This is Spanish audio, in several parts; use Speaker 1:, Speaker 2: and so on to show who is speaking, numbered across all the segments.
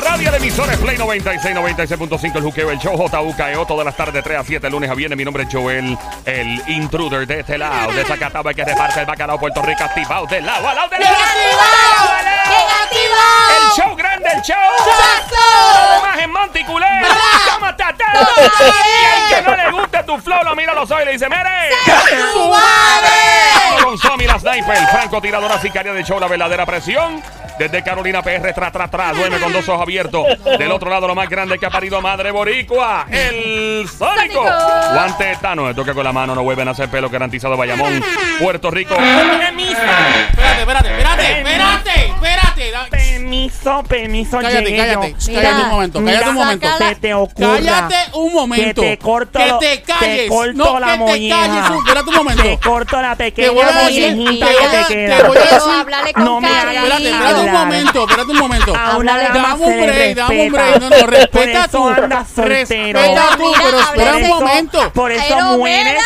Speaker 1: Conexiones Play 96, 96.5, el juqueo, el show JUKEO, E todas las tardes 3 a 7, lunes a viernes. Mi nombre es Joel, el intruder de este lado, de Zacataba, que reparte el bacalao Puerto Rico, activado del lado, al lado del lado. El show grande, el show. Lo demás en Monticulé. Toma, ta, ta. Y al que no le guste tu flow, lo mira a los ojos y le dice, mire. Vamos Con Somi, la sniper, francotiradora sicaria del show, la verdadera presión. Desde Carolina PR, tras, tras, tras, duerme con dos ojos abiertos. Del otro lado, lo más grande que ha parido Madre Boricua, el Sónico.
Speaker 2: Sónico.
Speaker 1: Guante de Thanos, le toca con la mano, no vuelven a hacer pelo garantizado Bayamón, Puerto Rico.
Speaker 2: Ah,
Speaker 1: Permiso,
Speaker 3: Espérate, espérate, espérate, espérate, espérate. Da-
Speaker 1: permiso, permiso,
Speaker 3: Cállate, cállate, sh,
Speaker 2: Mira,
Speaker 3: cállate un momento, cállate
Speaker 2: mira,
Speaker 3: un momento.
Speaker 2: sácala.
Speaker 4: te ocurra.
Speaker 3: Cállate un momento.
Speaker 4: Que te corto,
Speaker 3: Que te calles.
Speaker 4: te corto
Speaker 3: no,
Speaker 4: la
Speaker 3: que
Speaker 4: mollera.
Speaker 3: te calles. un- Espérate un momento.
Speaker 4: Te corto la pequeña
Speaker 3: Te voy a decir-
Speaker 4: virejita
Speaker 3: te
Speaker 4: que
Speaker 3: voy a-
Speaker 4: te
Speaker 3: te
Speaker 4: queda.
Speaker 3: voy a decir-
Speaker 2: Pero háblale con
Speaker 4: No me hagas
Speaker 2: cariño.
Speaker 3: Espérate, espérate un
Speaker 4: Hablar.
Speaker 3: momento, espérate un momento.
Speaker 4: A una
Speaker 2: Háblale.
Speaker 4: dama
Speaker 3: Dame un
Speaker 4: se le
Speaker 3: break, dame un break.
Speaker 4: respeta.
Speaker 3: No, no,
Speaker 4: Por
Speaker 3: respeta
Speaker 4: eso
Speaker 3: tú.
Speaker 4: andas soltero.
Speaker 3: Respeta tú,
Speaker 2: Mira,
Speaker 3: pero
Speaker 2: habla
Speaker 3: espera
Speaker 2: de
Speaker 3: un
Speaker 2: eso.
Speaker 3: momento.
Speaker 4: Por eso
Speaker 2: Pero
Speaker 4: mueres,
Speaker 2: mira.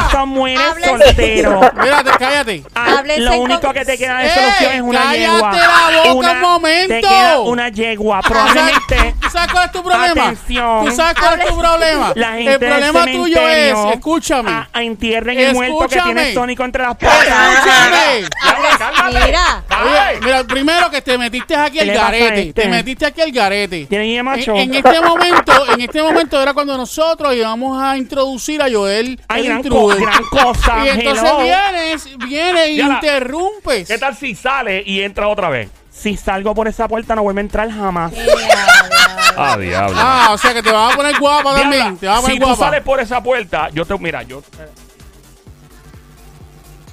Speaker 4: por eso mueres
Speaker 2: Habla en
Speaker 4: soltero.
Speaker 3: Espérate, cállate.
Speaker 4: Ah,
Speaker 2: Habla en
Speaker 4: lo
Speaker 2: seco.
Speaker 4: único que te queda de
Speaker 3: ¡Ey!
Speaker 4: solución es una
Speaker 3: Eh, ¡Cállate
Speaker 4: yegua.
Speaker 3: la boca
Speaker 4: Una-
Speaker 3: un momento!
Speaker 4: Te queda una yegua, probablemente.
Speaker 3: ¿Tú sabes cuál es tu problema?
Speaker 4: Atención.
Speaker 3: ¿Tú sabes cuál es tu problema?
Speaker 4: La gente Ah,
Speaker 3: el
Speaker 4: del
Speaker 3: problema tuyo es,
Speaker 4: cementerio
Speaker 3: escúchame,
Speaker 4: a- a entierren el muerto que
Speaker 3: Escúchame.
Speaker 4: tiene Sónico entre las patas.
Speaker 3: escúchame.
Speaker 4: ah.
Speaker 1: Habla, cálmate.
Speaker 2: Mira.
Speaker 3: Oye,
Speaker 1: Ay.
Speaker 3: mira, primero que te metiste aquí al
Speaker 4: ¿Qué le pasa a
Speaker 3: garete,
Speaker 4: este?
Speaker 3: te metiste aquí al garete.
Speaker 4: ¿Tiene guía, macho?
Speaker 3: En, en este momento, en este momento era cuando nosotros íbamos a introducir a Joel
Speaker 4: Ay,
Speaker 3: el
Speaker 4: gran,
Speaker 3: intruder.
Speaker 4: co- gran cosa,
Speaker 3: y entonces
Speaker 4: hello.
Speaker 3: vienes, vienes y
Speaker 1: Y ahora,
Speaker 3: interrumpes.
Speaker 1: ¿Qué tal si sale y entra otra vez?
Speaker 4: Si salgo por esa puerta no vuelvo a entrar jamás.
Speaker 1: Ah, diablo.
Speaker 3: Ah, o sea que te vas a poner guapa
Speaker 1: Diabla,
Speaker 3: también. Te vas a poner
Speaker 1: si tú
Speaker 3: guapa.
Speaker 1: sales por esa puerta, yo te. Mira, yo.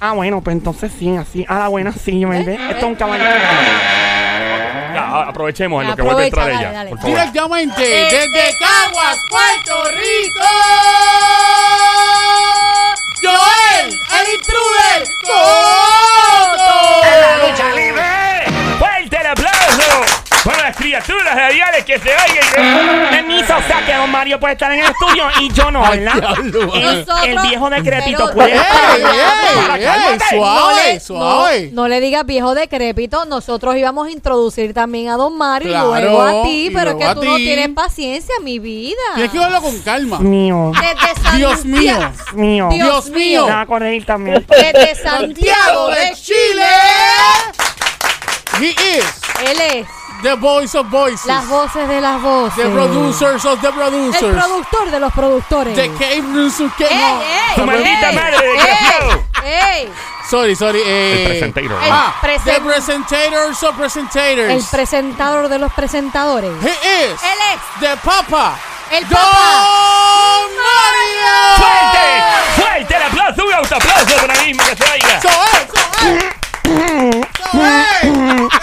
Speaker 4: Ah, bueno, pues entonces sí, así. A la buena sí, me ve. Esto es un caballo.
Speaker 1: Ya, aprovechemos en lo que vuelve a entrar
Speaker 2: Aprovecha,
Speaker 1: ella.
Speaker 2: dale,
Speaker 1: Por favor.
Speaker 3: Directamente
Speaker 2: Desde
Speaker 3: desde Caguas, Puerto Rico. Joel, el intruder.
Speaker 1: ¡La
Speaker 3: Coto.
Speaker 1: lucha libre! ¡Fuerte el aplauso! Para las criaturas radiales que se oigan.
Speaker 4: Permiso, o sea que don Mario puede estar en el estudio y yo no,
Speaker 3: Ay,
Speaker 4: ¿verdad?
Speaker 3: diablo,
Speaker 4: El,
Speaker 2: Nosotros-
Speaker 4: el viejo pues. decrépito
Speaker 2: pero-
Speaker 4: puede
Speaker 3: ¡Ey, ey,
Speaker 4: estar.
Speaker 3: ey!
Speaker 2: No le-
Speaker 3: Suave, suave.
Speaker 2: No, no le digas viejo decrépito. Nosotros íbamos a introducir también a Don Mario
Speaker 3: Claro,
Speaker 2: y luego a ti,
Speaker 3: y
Speaker 2: pero es
Speaker 3: luego a
Speaker 2: que tú no
Speaker 3: ti.
Speaker 2: tienes paciencia, mi vida.
Speaker 3: Tienes que verlo con calma.
Speaker 4: Mío,
Speaker 2: Desde San
Speaker 3: Dios mío.
Speaker 2: Dios-
Speaker 4: mío.
Speaker 2: Dios,
Speaker 3: Dios
Speaker 2: mío.
Speaker 3: mío.
Speaker 4: Me va a corregir también.
Speaker 2: Desde
Speaker 3: Santiago de Chile. He is
Speaker 2: Él es
Speaker 3: the voice of voices.
Speaker 2: las voces de las
Speaker 3: The
Speaker 2: voces.
Speaker 3: producers of the
Speaker 2: El
Speaker 3: producers.
Speaker 2: productor de los productores.
Speaker 3: The K producer K-
Speaker 2: ¡Ey,
Speaker 3: no.
Speaker 2: ey!
Speaker 1: ¡Tu maldita
Speaker 2: ey,
Speaker 1: madre, desgraciado!
Speaker 2: ¡Ey! ey.
Speaker 3: Sorry, sorry. Eh,
Speaker 1: El presentator.
Speaker 2: El
Speaker 3: Ah,
Speaker 2: presen-
Speaker 3: the presentators of presentators.
Speaker 2: El presentador de los presentadores.
Speaker 3: He is
Speaker 2: Él es
Speaker 3: the Papa.
Speaker 2: el
Speaker 3: Don
Speaker 2: papá.
Speaker 3: Mario.
Speaker 1: ¡Fuerte! ¡Fuerte el aplauso! ¡Un autoaplauso para mí mismo que se oiga!
Speaker 3: Eso es, eso es. Eso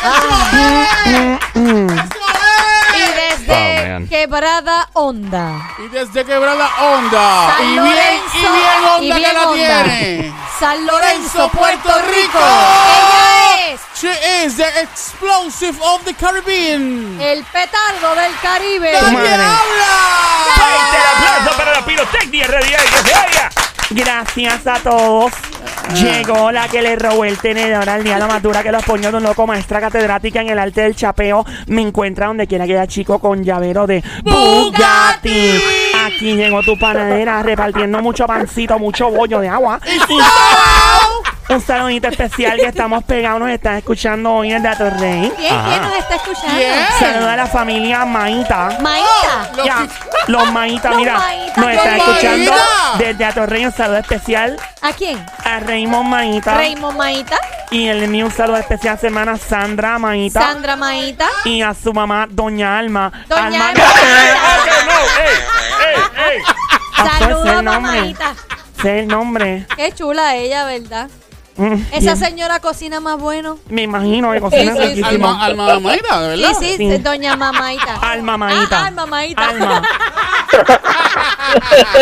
Speaker 3: es.
Speaker 2: Y
Speaker 3: Eso es. Eso es.
Speaker 1: Oh, man.
Speaker 2: desde Quebrada Onda.
Speaker 3: Y desde quebrar la onda.
Speaker 2: San
Speaker 3: y bien,
Speaker 2: Lorenzo,
Speaker 3: y bien onda
Speaker 2: y bien
Speaker 3: que la
Speaker 2: onda.
Speaker 3: tiene.
Speaker 2: San
Speaker 3: Lorenzo,
Speaker 2: Lorenzo,
Speaker 3: Puerto Rico.
Speaker 2: Ella es
Speaker 3: She is the explosive of the Caribbean.
Speaker 2: el petardo del Caribe.
Speaker 3: ¡Nadie
Speaker 4: madre.
Speaker 1: ¡Fuerte el aplauso
Speaker 3: habla!
Speaker 1: para la pirotecnia radial que se oiga!
Speaker 4: Gracias a todos. Llegó la que le robó el tenedor al día de la madura que los puños de un loco maestra catedrática en el arte del chapeo. Me encuentra donde quiera que haya chico con llavero de Bugatti. Aquí llegó tu panadera repartiendo mucho pancito, mucho bollo de agua. Y un saludito especial que estamos pegados, nos están escuchando hoy en Dato Rey.
Speaker 2: ¿Quién, quién nos está escuchando?
Speaker 3: ¿Quién?
Speaker 4: Saluda a la familia Maita.
Speaker 2: Maíta.
Speaker 3: Lo
Speaker 4: Ya, los maitas,
Speaker 2: Los
Speaker 4: mira,
Speaker 2: maítas,
Speaker 4: nos
Speaker 2: los
Speaker 4: están escuchando
Speaker 3: maítas.
Speaker 4: desde Atorrey. Un saludo especial
Speaker 2: ¿A quién?
Speaker 4: a Raymond Maíta.
Speaker 2: Raymond Maíta,
Speaker 4: y el mío, un saludo especial a su hermana Sandra Maíta.
Speaker 2: Sandra Maíta,
Speaker 4: y a su mamá, Doña Alma.
Speaker 2: Doña
Speaker 4: Alma.
Speaker 2: Alma.
Speaker 1: ¡Eh, ok, no! ¡Ey! ¡Ey! ¡Ey!
Speaker 4: Ah, pues,
Speaker 2: saludos
Speaker 4: el nombre.
Speaker 2: Maíta.
Speaker 4: Sé el nombre.
Speaker 2: Qué chula ella, ¿verdad?
Speaker 4: Mm,
Speaker 2: Esa
Speaker 4: bien.
Speaker 2: señora cocina más bueno.
Speaker 4: Me imagino que cocina
Speaker 2: Sí, sí, sí.
Speaker 4: riquísimo.
Speaker 3: Alma, alma de Mayra, de
Speaker 2: Sí,
Speaker 3: verdad.
Speaker 2: sí,
Speaker 4: Sí.
Speaker 2: doña Mamaita.
Speaker 4: Alma Maíta.
Speaker 2: Ah, alma Maíta.
Speaker 4: Alma.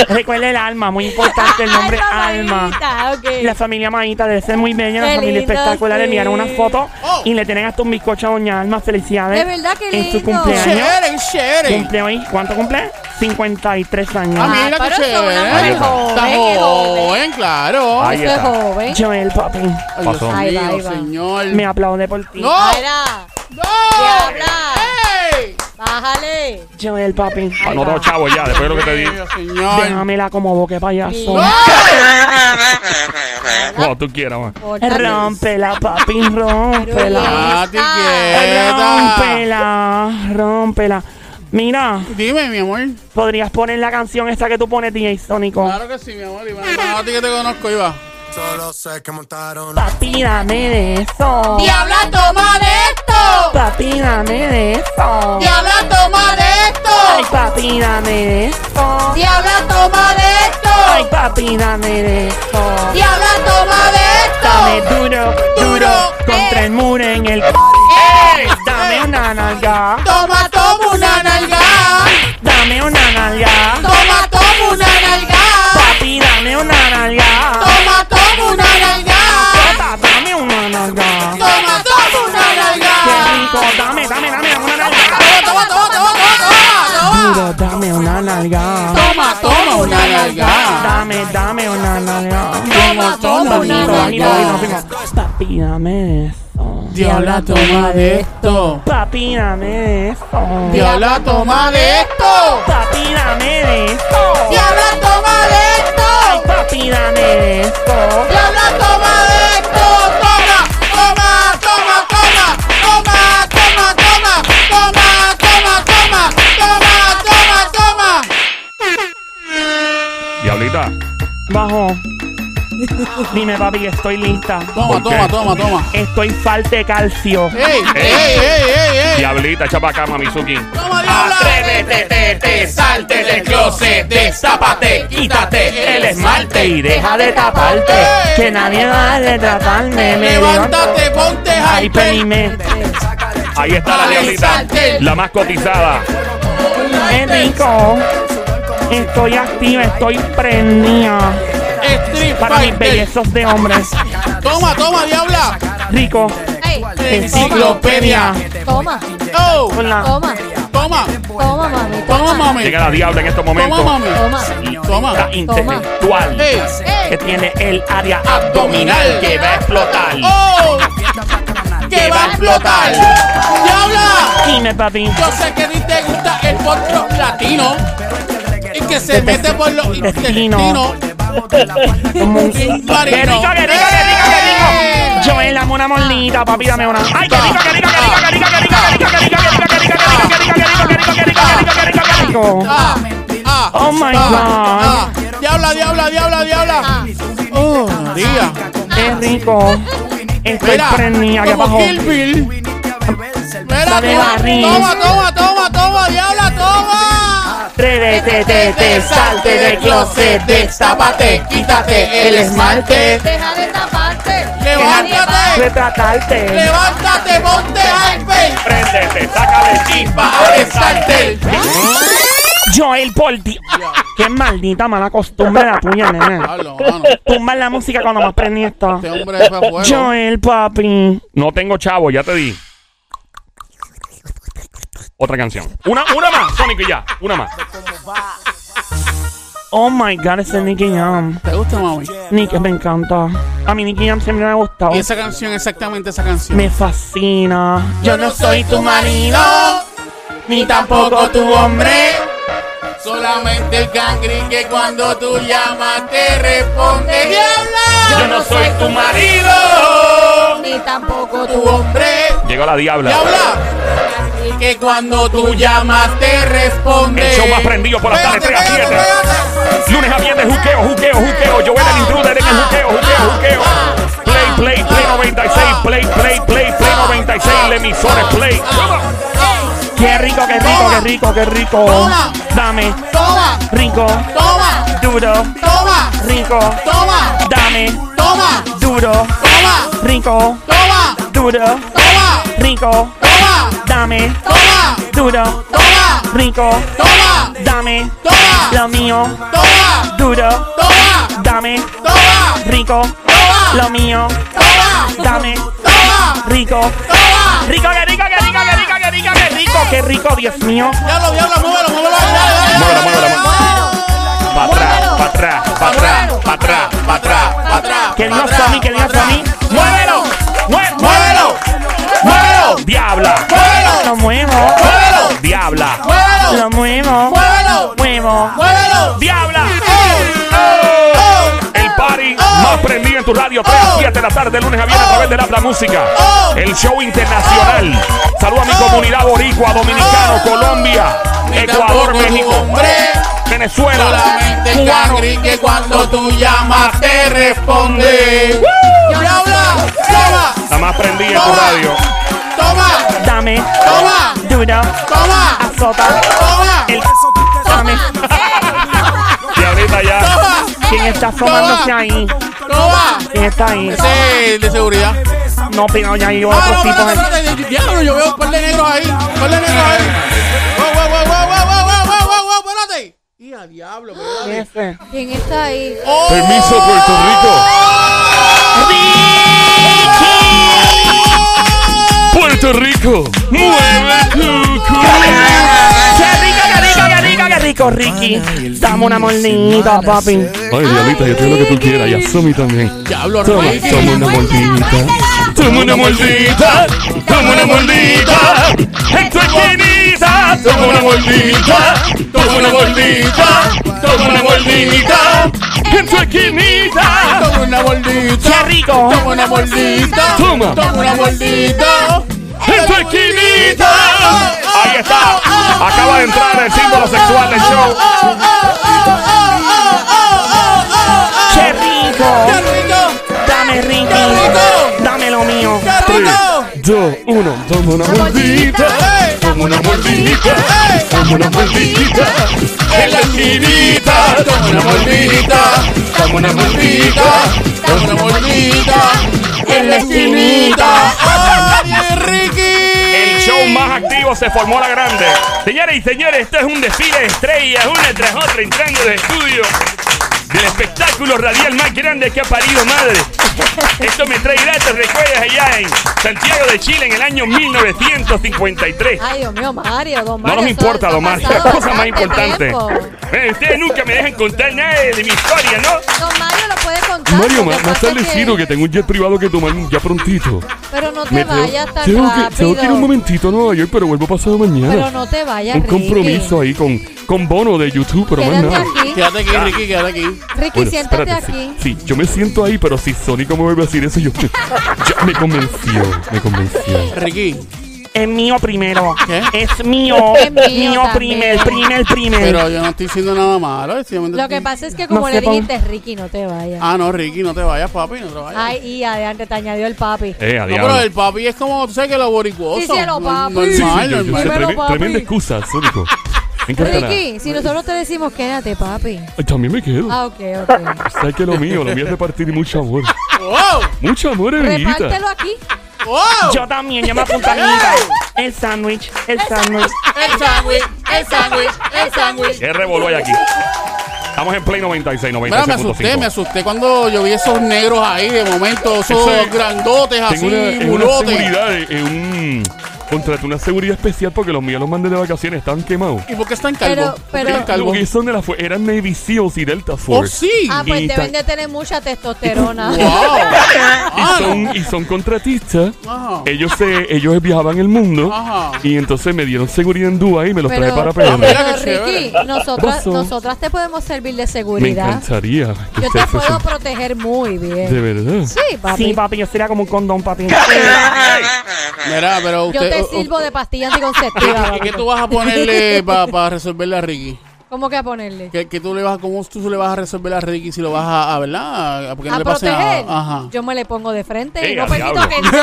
Speaker 4: Recuerda el alma, muy importante el nombre Alma.
Speaker 2: Maíta, ok.
Speaker 4: La familia Maíta debe ser muy bella, la
Speaker 2: Qué
Speaker 4: familia
Speaker 2: lindo,
Speaker 4: espectacular.
Speaker 2: sí.
Speaker 4: Le enviaron una foto
Speaker 3: Oh.
Speaker 4: y le tienen hasta un bizcocho a Doña Alma. Felicidades.
Speaker 2: De verdad, qué
Speaker 4: En su
Speaker 2: lindo.
Speaker 4: cumpleaños.
Speaker 3: Chévere, chévere.
Speaker 4: Cumple hoy, ¿cuánto cumple? 53 años.
Speaker 3: Ah, mira
Speaker 2: pero
Speaker 3: qué
Speaker 2: eso es una
Speaker 3: chévere.
Speaker 1: mujer joven,
Speaker 3: Está
Speaker 2: qué joven.
Speaker 3: joven, claro.
Speaker 1: Ahí
Speaker 2: Eso es
Speaker 1: está.
Speaker 2: joven.
Speaker 4: Joel, papi,
Speaker 3: Ay, Dios
Speaker 1: Pasó.
Speaker 2: Ahí va,
Speaker 3: mío,
Speaker 2: ahí va.
Speaker 3: señor.
Speaker 4: me aplaude por ti.
Speaker 3: ¡No!
Speaker 2: Mira,
Speaker 3: ¡No!
Speaker 2: Diabla.
Speaker 3: ¡Ey!
Speaker 2: baja
Speaker 5: Dale.
Speaker 4: Joel, papi.
Speaker 1: Anotó chavo ya, después de lo que te di.
Speaker 3: Dios, señor.
Speaker 4: Déjamela como boque payaso.
Speaker 5: Mira.
Speaker 1: Cuando tú quieras, man.
Speaker 5: Córtale.
Speaker 4: Rompela, papi, rompela.
Speaker 3: Ah, te quieta.
Speaker 4: Rompela, rompela. Mira,
Speaker 3: Dime, mi amor.
Speaker 4: podrías poner la canción esta que tú pones, DJ Sónico.
Speaker 3: Claro que sí, mi amor. Iván. No, a ti que te conozco, Iba.
Speaker 6: Solo sé que montaron
Speaker 4: Papi, dame de eso.
Speaker 2: Diabla, toma de esto.
Speaker 4: Papi, dame de eso.
Speaker 2: Diabla, toma de
Speaker 4: Ay,
Speaker 2: esto.
Speaker 4: papi, dame de eso.
Speaker 2: Diabla, toma de
Speaker 4: Ay,
Speaker 2: esto.
Speaker 4: papi, dame de eso.
Speaker 2: Diabla, toma de
Speaker 4: Dame
Speaker 2: esto.
Speaker 4: duro, duro, contra el muro en el... c-
Speaker 2: Eh,
Speaker 4: Dame una nalga,
Speaker 2: Toma, toma una nalga.
Speaker 4: dame una nalga.
Speaker 2: Toma, toma una nalga.
Speaker 4: Papi, dame una nalga.
Speaker 2: Toma, toma una nalga.
Speaker 4: Papá, dame una nalga.
Speaker 2: Toma, toma una
Speaker 4: Qué
Speaker 2: nalga.
Speaker 4: rico, dame, dame, dame una nalga.
Speaker 2: Toma, toma, toma, toma, toma, toma.
Speaker 4: Duro, dame una nalga.
Speaker 2: Toma, toma una nalga.
Speaker 4: Dame, dame una nalga.
Speaker 2: Toma, toma una
Speaker 4: Bonito, bonito,
Speaker 2: nalga.
Speaker 4: bonito, bonito. Papi, dame eso.
Speaker 3: Diabla, toma de esto.
Speaker 4: Papi, dame eso.
Speaker 3: Diabla, toma de esto.
Speaker 4: Papi, dame de eso.
Speaker 2: Diabla, toma de esto.
Speaker 4: Papi, dame de eso.
Speaker 2: Diabla, toma de esto, toma, toma, toma, toma, toma, toma, toma, toma, toma, toma, toma, toma, toma.
Speaker 1: Diablita,
Speaker 4: Bajo. Dime, papi, que estoy lista.
Speaker 3: Toma,
Speaker 1: ¿Por qué?
Speaker 3: toma, toma, toma.
Speaker 4: Estoy falta de calcio.
Speaker 3: ¡Ey, ey, ey, ey, ey!
Speaker 1: diablita, echa para acá, Mamizuki.
Speaker 3: ¡Toma, diabla!
Speaker 7: Atrévete, te, te, salte del closet, destápate, quítate el esmalte y deja de taparte.
Speaker 4: Que nadie va a retratarme. me
Speaker 3: ¡Levántate, ponte
Speaker 4: Ay,
Speaker 3: hyper!
Speaker 4: pelime.
Speaker 1: Ahí está la diablita,
Speaker 7: Salte.
Speaker 1: la más cotizada.
Speaker 4: Es rico. Estoy activa, estoy prendida.
Speaker 3: ¡Street
Speaker 4: Para mis
Speaker 3: Fighter!
Speaker 4: bellezos de hombres.
Speaker 3: ¡Toma, toma, diabla!
Speaker 4: Rico.
Speaker 5: Ey,
Speaker 3: ¡Enciclopedia!
Speaker 5: toma,
Speaker 3: ¡Oh!
Speaker 4: Con la
Speaker 5: toma,
Speaker 3: ¡Toma!
Speaker 5: toma, mami.
Speaker 3: ¡Toma, mami!
Speaker 1: Llega la diabla en estos
Speaker 3: ¡Toma,
Speaker 1: momentos.
Speaker 3: mami!
Speaker 5: Toma.
Speaker 3: ¡Toma!
Speaker 4: la intelectual
Speaker 3: ¡Ey!
Speaker 4: que tiene el área
Speaker 7: Abdominal que va a explotar.
Speaker 3: ¡Oh! ¡Que va a explotar! ¡Diabla!
Speaker 4: Dime, papi.
Speaker 3: Yo sé que a ti te gusta el potro latino y que se mete por los intestinos.
Speaker 4: ¡Qué rico, qué rico, qué rico, qué rico! Joel, dame una mordita, papi, dame una. ¡Ay, qué rico, qué rico, qué rico, qué rico, qué rico, qué rico, qué rico, qué rico, qué rico, qué rico, qué rico, qué rico, qué rico, qué rico, qué rico, qué rico, qué rico, qué rico!
Speaker 3: Ah, ah,
Speaker 4: Oh, my
Speaker 3: ah, ah. Diabla, diabla, diabla,
Speaker 4: Ah.
Speaker 3: diabla. Oh, María.
Speaker 4: ¡Qué rico! Estoy prendida aquí
Speaker 3: como
Speaker 4: abajo.
Speaker 3: Kill Bill. Mira,
Speaker 4: Dale,
Speaker 3: toma,
Speaker 4: barril.
Speaker 3: toma, toma, toma, toma, diabla, toma.
Speaker 4: Atrévete, te, te, salte del closet,
Speaker 7: destápate, quítate el esmalte.
Speaker 5: Deja de taparte.
Speaker 3: Levántate,
Speaker 4: retratarte.
Speaker 3: levántate, ponte hyper.
Speaker 1: Préndete, sácale chispa.
Speaker 7: Ahora es salte.
Speaker 4: Joel, por Dios. ¡Qué maldita mala costumbre la tuya, nena!
Speaker 3: Diablo, mano.
Speaker 4: Tumba la música cuando más prendida está.
Speaker 3: Este hombre fue a fuego.
Speaker 4: Joel, papi.
Speaker 1: No tengo chavo, ya te di. Otra canción. Una, una más, Sónico y ya. Una más.
Speaker 4: Oh my god, ese Nicky Jam.
Speaker 3: ¿Te gusta, mami?
Speaker 4: Nicky me encanta. A mí Nicky Jam siempre me ha gustado.
Speaker 3: Y esa canción, exactamente esa canción.
Speaker 4: Me fascina.
Speaker 7: Yo no soy tu marido, ni tampoco tu hombre.
Speaker 3: Solamente el cangri que cuando tú llamas te responde diabla.
Speaker 7: Yo no soy tu marido,
Speaker 5: Ni tampoco
Speaker 3: Tu
Speaker 5: tú.
Speaker 3: hombre
Speaker 1: Llegó la diabla.
Speaker 3: diabla. Que cuando tú llamas te responde.
Speaker 1: El show más prendido por las tardes,
Speaker 3: Pégate,
Speaker 1: 3 a
Speaker 3: pégate,
Speaker 1: 7.
Speaker 3: pégate.
Speaker 1: Lunes a viernes, juqueo, juqueo, juqueo. Yo era el intruder en el juqueo, juqueo, juqueo. Play, play, play 96. Play, play, play, play 96. La emisora es play.
Speaker 3: Ah.
Speaker 4: Qué rico, qué rico, qué rico, qué rico.
Speaker 3: Toma.
Speaker 4: Dame,
Speaker 3: Toma,
Speaker 4: rico,
Speaker 3: toma,
Speaker 4: duro,
Speaker 3: toma,
Speaker 4: rico.
Speaker 3: toma,
Speaker 4: Dame,
Speaker 3: toma,
Speaker 4: duro,
Speaker 3: toma,
Speaker 4: rico,
Speaker 3: toma,
Speaker 4: duro,
Speaker 3: toma,
Speaker 4: rico.
Speaker 3: toma,
Speaker 4: Dame,
Speaker 3: toma,
Speaker 4: duro,
Speaker 3: toma,
Speaker 4: rico.
Speaker 3: toma,
Speaker 4: Dame,
Speaker 3: toma,
Speaker 4: lo mío,
Speaker 3: toma,
Speaker 4: duro.
Speaker 3: toma,
Speaker 4: Dame,
Speaker 3: toma.
Speaker 4: rico, lo mío, dame, rico. Rico, qué rico, qué rico, qué rico, qué rico, qué rico, qué rico, Dios mío.
Speaker 3: Diablo, diablo, muévelo, muévelo, dale, dale,
Speaker 1: Muévelo,
Speaker 3: dale,
Speaker 1: muévelo,
Speaker 3: dale.
Speaker 1: Pa' atrás, pa' atrás, pa' atrás, pa' atrás, pa' atrás.
Speaker 3: Pa' atrás,
Speaker 4: Que
Speaker 3: pa'
Speaker 4: Dios
Speaker 3: atrás,
Speaker 4: a mí, que
Speaker 3: pa'
Speaker 4: Dios a
Speaker 3: atrás.
Speaker 4: mí. Muévelo, mue- muévelo,
Speaker 3: muévelo, muévelo,
Speaker 1: Diabla,
Speaker 3: muévelo,
Speaker 4: lo muevo.
Speaker 3: muévelo,
Speaker 1: diabla,
Speaker 4: ¡Muévelo!
Speaker 8: ¡Muévelo!
Speaker 9: ¡Diabla!
Speaker 8: ¡Oh! ¡Oh!
Speaker 9: El party
Speaker 8: Oh.
Speaker 9: más prendido en tu radio 3
Speaker 3: Oh.
Speaker 9: a 7 de la tarde, lunes a viernes a través de la Habla Música.
Speaker 8: Oh.
Speaker 9: El show internacional. Saluda a mi comunidad boricua, dominicano,
Speaker 8: Oh.
Speaker 9: Colombia,
Speaker 3: Oh. Ni
Speaker 9: Ecuador,
Speaker 3: tampoco tu
Speaker 9: México,
Speaker 3: hombre.
Speaker 9: Venezuela,
Speaker 3: Solamente el
Speaker 9: cubano.
Speaker 3: cangri que cuando tú llamas te responde.
Speaker 8: ¡Diabla! ¡Toma!
Speaker 9: La más prendida
Speaker 3: Oh.
Speaker 9: en tu
Speaker 8: Toma.
Speaker 9: radio.
Speaker 8: ¡Toma!
Speaker 4: Dame,
Speaker 8: ¡Toma!
Speaker 4: duro,
Speaker 8: ¡Toma!
Speaker 4: azota,
Speaker 8: ¡Toma!
Speaker 4: el dame.
Speaker 9: Y ahorita ya.
Speaker 3: Oh.
Speaker 8: ¡Toma!
Speaker 4: ¿Quién está asomándose ahí?
Speaker 8: ¡Toma!
Speaker 4: ¿Quién está ahí?
Speaker 3: Ese es de seguridad.
Speaker 4: No, pero ya hay
Speaker 8: Ah,
Speaker 4: otros
Speaker 8: no,
Speaker 4: tipos.
Speaker 8: espérate,
Speaker 4: ahí.
Speaker 8: espérate. Diablo, yo veo un par de negros ahí. Un par de negros ahí. Wow, wow, wow, wow, wow, wow, wow, wow, wow, wow, espérate. Y a diablo, espérate.
Speaker 4: Ese.
Speaker 2: ¿Quién está ahí?
Speaker 9: Permiso, Puerto Rico. Puerto Rico. Mueve tu culo.
Speaker 4: ¡Qué rico, qué rico, qué rico, qué rico, Ricky! Dame una mordidita, papi.
Speaker 1: Ay, Diablita, yo tengo lo que tú quieras. Y a Sumi también.
Speaker 3: Diablo,
Speaker 1: Toma,
Speaker 3: Ricky.
Speaker 1: toma una mordidita.
Speaker 9: Toma una mordita, toma una mordita, en tu esquinita. Toma una mordita, toma una mordita, toma una mordita, en tu esquinita.
Speaker 3: Toma una mordita.
Speaker 4: ¡Qué rico!
Speaker 3: Toma una mordita.
Speaker 9: Toma.
Speaker 3: Toma una mordita.
Speaker 9: En tu esquinita. Ahí está, acaba de entrar el símbolo sexual del show.
Speaker 3: Oh,
Speaker 4: ¡Qué rico!
Speaker 8: ¡Qué rico!
Speaker 4: ¡Dame, Ricky!
Speaker 8: ¡Qué
Speaker 4: ¡Dame lo mío!
Speaker 8: rico! ¡Qué rico!
Speaker 1: Dos, uno, toma una mordidita.
Speaker 8: ¡Ey!
Speaker 1: Toma una mordidita.
Speaker 8: ¡Ey!
Speaker 1: Toma una mordidita.
Speaker 3: En la esquinita. Toma una mordita. Toma una mordita. Toma una mordita. En la esquinita.
Speaker 8: ¡Ay, Ricky!
Speaker 9: El show más activo se formó la grande. Señoras y señores, esto es un desfile de estrellas, una tras otra entrando de estudio. Del espectáculo radial más grande que ha parido madre. Esto me trae gratos recuerdos allá en Santiago de Chile en el año 1953.
Speaker 2: Ay, Dios mío, Mario, don
Speaker 9: No
Speaker 2: Mario.
Speaker 9: nos
Speaker 2: eso-
Speaker 9: importa,
Speaker 2: eso
Speaker 9: don
Speaker 2: ha
Speaker 9: Mario.
Speaker 2: pasado
Speaker 9: La cosa más
Speaker 2: bastante
Speaker 9: importante.
Speaker 2: tiempo.
Speaker 9: Eh, ustedes nunca me dejan contar nada de mi historia, ¿no?
Speaker 2: Don Mario lo puede contar.
Speaker 1: Mario,
Speaker 2: lo
Speaker 1: ma-
Speaker 2: que
Speaker 1: más,
Speaker 2: pasa
Speaker 1: tarde
Speaker 2: es que-
Speaker 1: Ciro, que tengo un jet privado que tomar ya prontito.
Speaker 2: Pero no te
Speaker 1: Me tengo,
Speaker 2: vayas tan
Speaker 1: tengo que,
Speaker 2: rápido.
Speaker 1: tengo que ir un momentito a Nueva York, pero vuelvo pasado mañana.
Speaker 2: Pero no te vayas,
Speaker 1: un
Speaker 2: Ricky.
Speaker 1: compromiso ahí con, con bono de YouTube, pero más
Speaker 2: Quédate
Speaker 1: nada.
Speaker 2: aquí.
Speaker 3: Quédate aquí, Ricky, quédate aquí.
Speaker 2: Ricky, siéntate aquí.
Speaker 1: Sí, sí, yo me siento ahí, pero si Sónico me vuelve a decir eso, yo ya me convenció, me convenció.
Speaker 3: Ricky,
Speaker 4: Es mío primero.
Speaker 3: ¿Qué?
Speaker 4: Es mío.
Speaker 2: Es mío
Speaker 4: mío
Speaker 2: también.
Speaker 4: primer, primer, primer.
Speaker 3: pero yo no estoy diciendo nada malo. estoy llamando-
Speaker 2: Lo que pasa es que como
Speaker 4: No
Speaker 2: le
Speaker 4: sepa-
Speaker 2: dijiste, Ricky, no te vayas.
Speaker 3: Ah, no, Ricky, no te vayas, papi, no te vayas.
Speaker 2: Ay, y adelante te añadió el papi.
Speaker 1: Eh,
Speaker 3: No, pero
Speaker 1: adiós.
Speaker 3: el papi es como, tú sabes que lo boricuoso.
Speaker 2: Díselo, papi.
Speaker 3: Normal,
Speaker 1: Sí, sí,
Speaker 3: normal.
Speaker 1: yo- yo- yo-
Speaker 2: Dímelo,
Speaker 1: treme-
Speaker 2: papi.
Speaker 1: tremenda excusa, Sónico. Me encanta la-
Speaker 2: Ricky, si nosotros te decimos quédate, papi.
Speaker 1: Ay, También me quedo.
Speaker 2: Ah, ok, ok.
Speaker 1: Sabes que lo mío, lo mío es repartir mucho amor.
Speaker 3: ¡Wow!
Speaker 1: Mucho amor, amiguita.
Speaker 2: Repártelo aquí.
Speaker 3: ¡Wow!
Speaker 4: Yo también, yo me apunto a mí. El sándwich, el sándwich.
Speaker 3: El sándwich, el sándwich, el sándwich.
Speaker 9: ¿Qué revolú hay aquí? Estamos en Play 96,
Speaker 3: Mira, me asusté, me
Speaker 9: 96.5.
Speaker 3: asusté cuando yo vi esos negros ahí de momento, esos
Speaker 1: Eso es-
Speaker 3: grandotes así,
Speaker 1: Tengo una, es una
Speaker 3: bulotes.
Speaker 1: seguridad, eh, eh, un contrato, una seguridad especial porque los míos los mandé de vacaciones, estaban quemados.
Speaker 3: ¿Y por qué están calvos?
Speaker 2: Pero-
Speaker 3: ¿Por qué
Speaker 2: pero-
Speaker 3: están calvos?
Speaker 1: Porque son de la fue- eran Navy Seals y Delta
Speaker 3: ¡Oh,
Speaker 1: Force.
Speaker 3: sí!
Speaker 2: Ah,
Speaker 1: Y
Speaker 2: pues deben
Speaker 1: ta-
Speaker 2: de tener mucha testosterona.
Speaker 3: ¡Wow! Ah,
Speaker 1: y, son, y son contratistas.
Speaker 3: Ajá.
Speaker 1: Ellos se, ellos viajaban el mundo
Speaker 3: Ajá.
Speaker 1: y entonces me dieron seguridad en Dubái y me los traje para
Speaker 2: pero,
Speaker 1: Panamá.
Speaker 3: mira qué
Speaker 2: Ricky,
Speaker 3: chévere.
Speaker 2: nosotras,
Speaker 1: Pasó.
Speaker 2: nosotras te podemos servir de
Speaker 1: Me
Speaker 2: seguridad.
Speaker 1: encantaría
Speaker 2: Yo
Speaker 1: que
Speaker 2: te
Speaker 1: ustedes fuesen-
Speaker 2: puedo proteger muy
Speaker 1: De
Speaker 2: bien.
Speaker 1: verdad.
Speaker 2: Sí, papi.
Speaker 4: Sí, papi, yo sería como un condón, papi.
Speaker 3: Mira, pero
Speaker 2: Yo
Speaker 3: usted...
Speaker 2: te
Speaker 3: u- u-
Speaker 2: sirvo de pastilla anticonceptiva.
Speaker 3: ¿Y qué
Speaker 2: papi.
Speaker 3: tú vas a ponerle para resolverle a Ricky?
Speaker 2: ¿Cómo que a ponerle?
Speaker 3: ¿Qué, qué tú le vas a, ¿Cómo tú le vas a resolver a Ricky si lo vas a, a ¿verdad? A, porque no
Speaker 2: a
Speaker 3: le pase nada.
Speaker 2: proteger.
Speaker 3: Ajá.
Speaker 2: Yo me le pongo de frente
Speaker 9: Ey,
Speaker 2: y no
Speaker 9: a
Speaker 2: permito
Speaker 9: diablo.
Speaker 2: que nadie,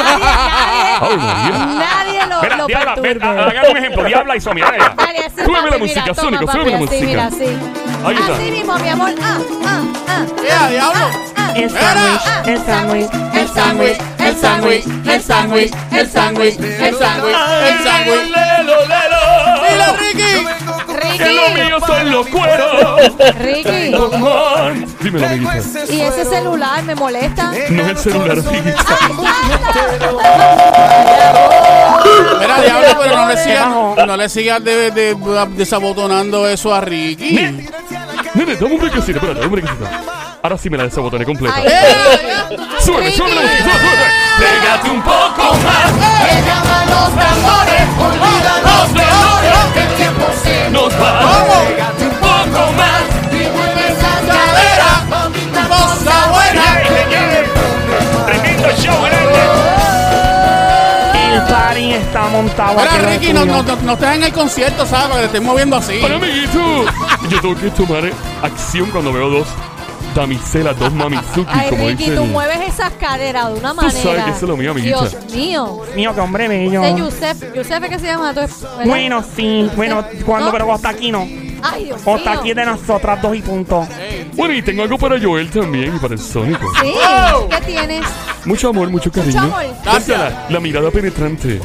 Speaker 1: Ay,
Speaker 2: nadie,
Speaker 1: María.
Speaker 2: nadie lo,
Speaker 9: Mira,
Speaker 2: lo
Speaker 9: Diabla, ven,
Speaker 2: perturbe.
Speaker 9: ha- hagan un ejemplo. Diabla y Somi, dale.
Speaker 2: Dale, así,
Speaker 1: Súbeme
Speaker 2: papi,
Speaker 1: la
Speaker 2: mira,
Speaker 1: música,
Speaker 2: toma,
Speaker 1: Sónico,
Speaker 2: papi,
Speaker 1: súbeme la
Speaker 2: así,
Speaker 1: música.
Speaker 2: Mira, así.
Speaker 1: Ahí está.
Speaker 2: Así mismo, mi amor. Ah, ah, ah.
Speaker 3: ¡Ea, ¡Eh, diablo!
Speaker 4: El sándwich, el sándwich.
Speaker 3: El sándwich, el sándwich, el sándwich, el sándwich, el sándwich, el sándwich.
Speaker 9: Lelo, lelo.
Speaker 3: ¡Mira, Ricky!
Speaker 9: Que lo
Speaker 2: Ricky,
Speaker 9: mío son los cueros.
Speaker 2: Ricky.
Speaker 1: Dímelo, amiguita.
Speaker 2: Y ese celular me molesta.
Speaker 1: No es el celular, amiguita.
Speaker 3: Mira, diablo, pero no le
Speaker 4: Bajo.
Speaker 3: sigas, no le sigas de, de- de- desabotonando eso a Ricky.
Speaker 1: Nene, dame un brequecito, espérate, dame un brequecito. Ahora sí me la desabotoné completa.
Speaker 2: Ay,
Speaker 3: ¡Ea,
Speaker 1: Sube, sube la música, sube, sube. Pégate un poco más,
Speaker 3: ea!
Speaker 1: nos va. Pégate un poco más.
Speaker 4: está montado
Speaker 3: Ahora,
Speaker 4: aquí en el
Speaker 3: Ricky, no,
Speaker 4: estudio.
Speaker 3: no, no, no estés en el concierto, ¿sabes? Porque te estoy moviendo así.
Speaker 1: Hola, amiguito. Yo tengo que tomar acción cuando veo dos damiselas, dos mamizuki,
Speaker 2: Ay,
Speaker 1: como
Speaker 2: Ricky,
Speaker 1: dicen.
Speaker 2: tú mueves esas caderas de una
Speaker 1: Tú sabes
Speaker 2: manera.
Speaker 1: que eso es lo mío, amiguita.
Speaker 2: Dios mío.
Speaker 4: Mío, que hombre bello.
Speaker 2: Este Yusef, Yusef es que se llama. ¿Tú es- ¿verdad?
Speaker 4: Bueno, sí. Bueno, cuando,
Speaker 2: No.
Speaker 4: pero hasta aquí no.
Speaker 2: Ay, Dios mío.
Speaker 4: Hasta aquí es de nosotras dos y punto.
Speaker 1: Bueno, y tengo algo para Joel también y para el Sónico.
Speaker 2: Sí, ¿qué tienes?
Speaker 1: Mucho amor, mucho cariño.
Speaker 2: amor.
Speaker 1: Gracias. La, la mirada penetrante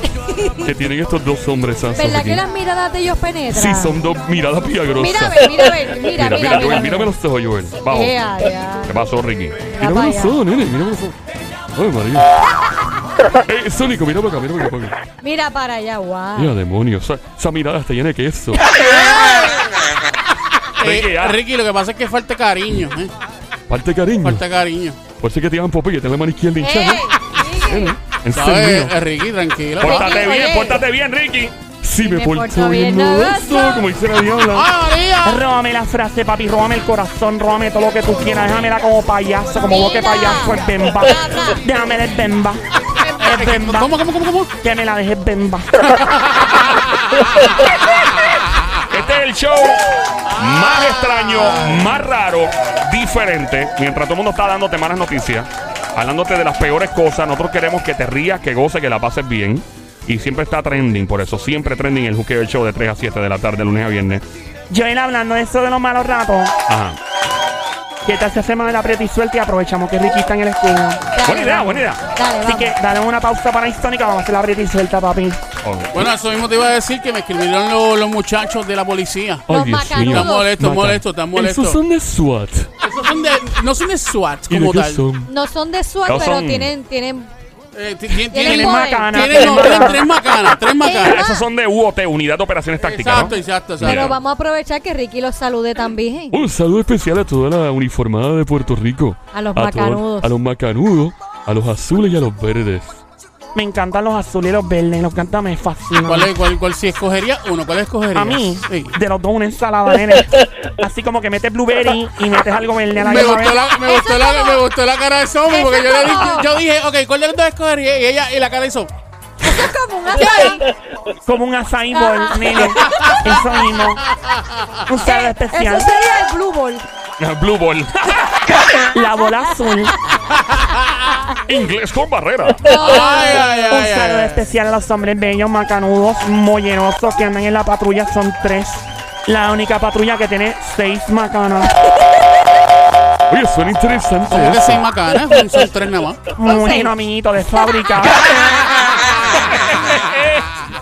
Speaker 1: que tienen estos dos hombres. sansos
Speaker 2: ¿Verdad
Speaker 1: aquí.
Speaker 2: que las miradas de ellos penetran?
Speaker 1: Sí, son dos miradas piagrosas.
Speaker 2: Mira, a ver, mira, a ver, mira,
Speaker 1: mira,
Speaker 2: mira,
Speaker 1: Joel,
Speaker 2: mira.
Speaker 1: mírame los ojos, Joel. Vamos.
Speaker 2: Ea, ea.
Speaker 1: ¿Qué pasó, Ricky?
Speaker 2: pa'
Speaker 1: Mírame los
Speaker 2: allá.
Speaker 1: ojos, nene, mírame los ojos. Ay, María. Eh, Sónico, mírame acá, mírame acá. mírame acá.
Speaker 2: Mira para allá, guau.
Speaker 1: Mira, demonios. Esa, esa mirada está llena de queso.
Speaker 3: Eh,
Speaker 1: Ricky, ya.
Speaker 3: Ricky, lo que pasa es que falta cariño. ¿eh?
Speaker 1: Parte cariño.
Speaker 3: Falta cariño.
Speaker 1: Por eso es que te llaman Popeye, tenle mano izquierda hinchada.
Speaker 2: ¡Ey! Ricky,
Speaker 1: Nene,
Speaker 3: ¿Sabes?
Speaker 1: encendido.
Speaker 3: Eh, Ricky, tranquilo.
Speaker 2: Por-
Speaker 9: Pórtate
Speaker 2: Ricky,
Speaker 9: bien,
Speaker 2: oye.
Speaker 9: pórtate bien, Ricky.
Speaker 1: Si me,
Speaker 2: me
Speaker 1: porto
Speaker 2: porto
Speaker 1: bien,
Speaker 2: bien,
Speaker 1: no
Speaker 2: no
Speaker 1: gasto,
Speaker 2: gasto.
Speaker 1: como dice la diabla.
Speaker 3: ¡Ah, María!
Speaker 4: Róbame la frase, papi, róbame el corazón, róbame todo lo que tú quieras, déjamela como payaso, como vos que
Speaker 2: Mira.
Speaker 4: payaso es bemba.
Speaker 2: Ajá.
Speaker 4: Déjame el bemba. Es bemba.
Speaker 3: ¿Cómo, cómo, cómo, cómo?
Speaker 4: Que me la dejes bemba.
Speaker 9: Este es el show más extraño, más raro, diferente. Mientras todo el mundo está dándote malas noticias, hablándote de las peores cosas, nosotros queremos que te rías, que goces, que la pases bien. Y siempre está trending, por eso siempre trending el juqueo del show de 3 a 7 de la tarde, lunes a viernes.
Speaker 4: Yo ir hablando de eso de los malos ratos,
Speaker 9: Ajá.
Speaker 4: que te hace semana de aprieto y suerte y aprovechamos que Ricky está en el estudio.
Speaker 2: dale,
Speaker 9: Buena idea,
Speaker 2: vamos.
Speaker 9: buena idea.
Speaker 2: Dale,
Speaker 4: Así
Speaker 2: vamos.
Speaker 4: que dale una pausa para Histónica, vamos a hacer la aprieto y suelta, papi.
Speaker 3: Bueno, eso mismo te iba a decir que me escribieron lo- los muchachos de la policía.
Speaker 1: Ay,
Speaker 2: Los
Speaker 1: Dios
Speaker 3: Están
Speaker 1: mío.
Speaker 2: macanudos.
Speaker 3: molestos,
Speaker 1: Maca.
Speaker 3: molestos, están molestos.
Speaker 1: Esos son de SWAT.
Speaker 3: Esos son de- no son de SWAT
Speaker 1: ¿Y de
Speaker 3: como
Speaker 1: qué
Speaker 3: tal.
Speaker 1: son?
Speaker 2: No son de suerte,
Speaker 9: No
Speaker 2: pero
Speaker 9: son-
Speaker 2: tienen, tienen,
Speaker 3: Eh, ti- ti-
Speaker 2: tienen
Speaker 3: tienen
Speaker 4: poder.
Speaker 2: poder.
Speaker 4: macana.
Speaker 3: tienen- no,
Speaker 4: Tienen
Speaker 3: tienen tres macanas, tres macanas.
Speaker 9: Esos son de UOT, Unidad de Operaciones Tácticas.
Speaker 3: Exacto,
Speaker 9: ¿no?
Speaker 3: exacto,
Speaker 9: Mira.
Speaker 2: Pero
Speaker 3: exacto.
Speaker 2: vamos a aprovechar que Ricky los salude también.
Speaker 1: Un saludo especial a toda la uniformada de Puerto Rico.
Speaker 2: A los
Speaker 1: todo-
Speaker 2: macanudos.
Speaker 1: a los macanudos, a los azules y a los verdes.
Speaker 4: Me encantan los azules y los verdes, los canta me fascinan.
Speaker 3: ¿Cuál, es- cuál, cuál- si escogería uno, ¿cuál escogería?
Speaker 4: A mí,
Speaker 3: Sí.
Speaker 4: de los dos, una ensalada, nene. Así como que metes blueberry y metes algo verde a la
Speaker 3: Me
Speaker 4: misma
Speaker 3: gustó,
Speaker 4: vez.
Speaker 3: la, me,
Speaker 2: Eso
Speaker 3: gustó la,
Speaker 2: como-
Speaker 3: me gustó la cara de Somi porque
Speaker 2: eso
Speaker 3: yo, le dije,
Speaker 2: como-
Speaker 3: yo dije, ok, ¿cuál de los dos escogería? Y ella, y la cara hizo,
Speaker 2: Eso es como un azaí.
Speaker 4: Como un acai bowl, nene. Eso mismo. Un saludo especial.
Speaker 2: Eh, Eso sería el Blue Ball.
Speaker 9: Blue Ball.
Speaker 4: La bola azul.
Speaker 9: Inglés con barrera.
Speaker 3: ay, ay,
Speaker 4: Un este
Speaker 3: ay,
Speaker 4: saludo
Speaker 3: ay, ay.
Speaker 4: especial a los hombres bellos, macanudos, mollenosos que andan en la patrulla. Son tres. La única patrulla que tiene seis macanas.
Speaker 1: Oye, suena interesante ¿eh?
Speaker 3: ¿Cómo que
Speaker 1: eso.
Speaker 3: seis macanas? Son tres nada más.
Speaker 4: Muy
Speaker 2: seis.
Speaker 4: bien, amiguito, de fábrica.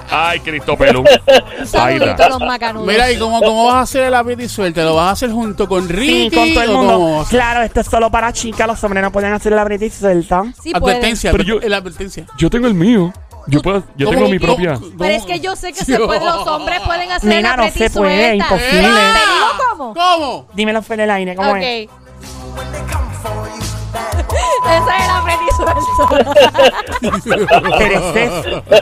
Speaker 9: Ay, Cristo Pelú.
Speaker 2: Un
Speaker 9: Ahí
Speaker 2: saludito
Speaker 9: está.
Speaker 2: a los macanudos.
Speaker 3: Mira, ¿y cómo, cómo vas a hacer el apetito y suelta? ¿Lo vas a hacer junto con Ricky?
Speaker 4: Sí, con todo el
Speaker 3: o cómo
Speaker 4: mundo.
Speaker 3: vas a hacer?
Speaker 4: Claro, esto es solo para chicas. Los hombres no pueden hacer la brita y suelta.
Speaker 2: Sí pueden.
Speaker 3: advertencia,
Speaker 1: Pero
Speaker 3: adver-
Speaker 1: yo-
Speaker 3: la advertencia.
Speaker 1: Yo tengo el mío. Yo, puedo, yo
Speaker 3: ¿Cómo-
Speaker 1: tengo mi
Speaker 3: cómo-
Speaker 1: propia.
Speaker 3: cómo-
Speaker 2: Pero es que yo sé que se puede, los hombres pueden hacer
Speaker 4: Nena,
Speaker 2: la
Speaker 4: no
Speaker 2: preta y
Speaker 4: se puede,
Speaker 2: suelta.
Speaker 4: imposible.
Speaker 2: ¿Te digo cómo?
Speaker 3: ¿Cómo?
Speaker 4: Dímelo fuera del aire, ¿cómo
Speaker 2: Ok.
Speaker 4: es?
Speaker 2: Esa es la preta y suelta.
Speaker 4: Pero ese, es,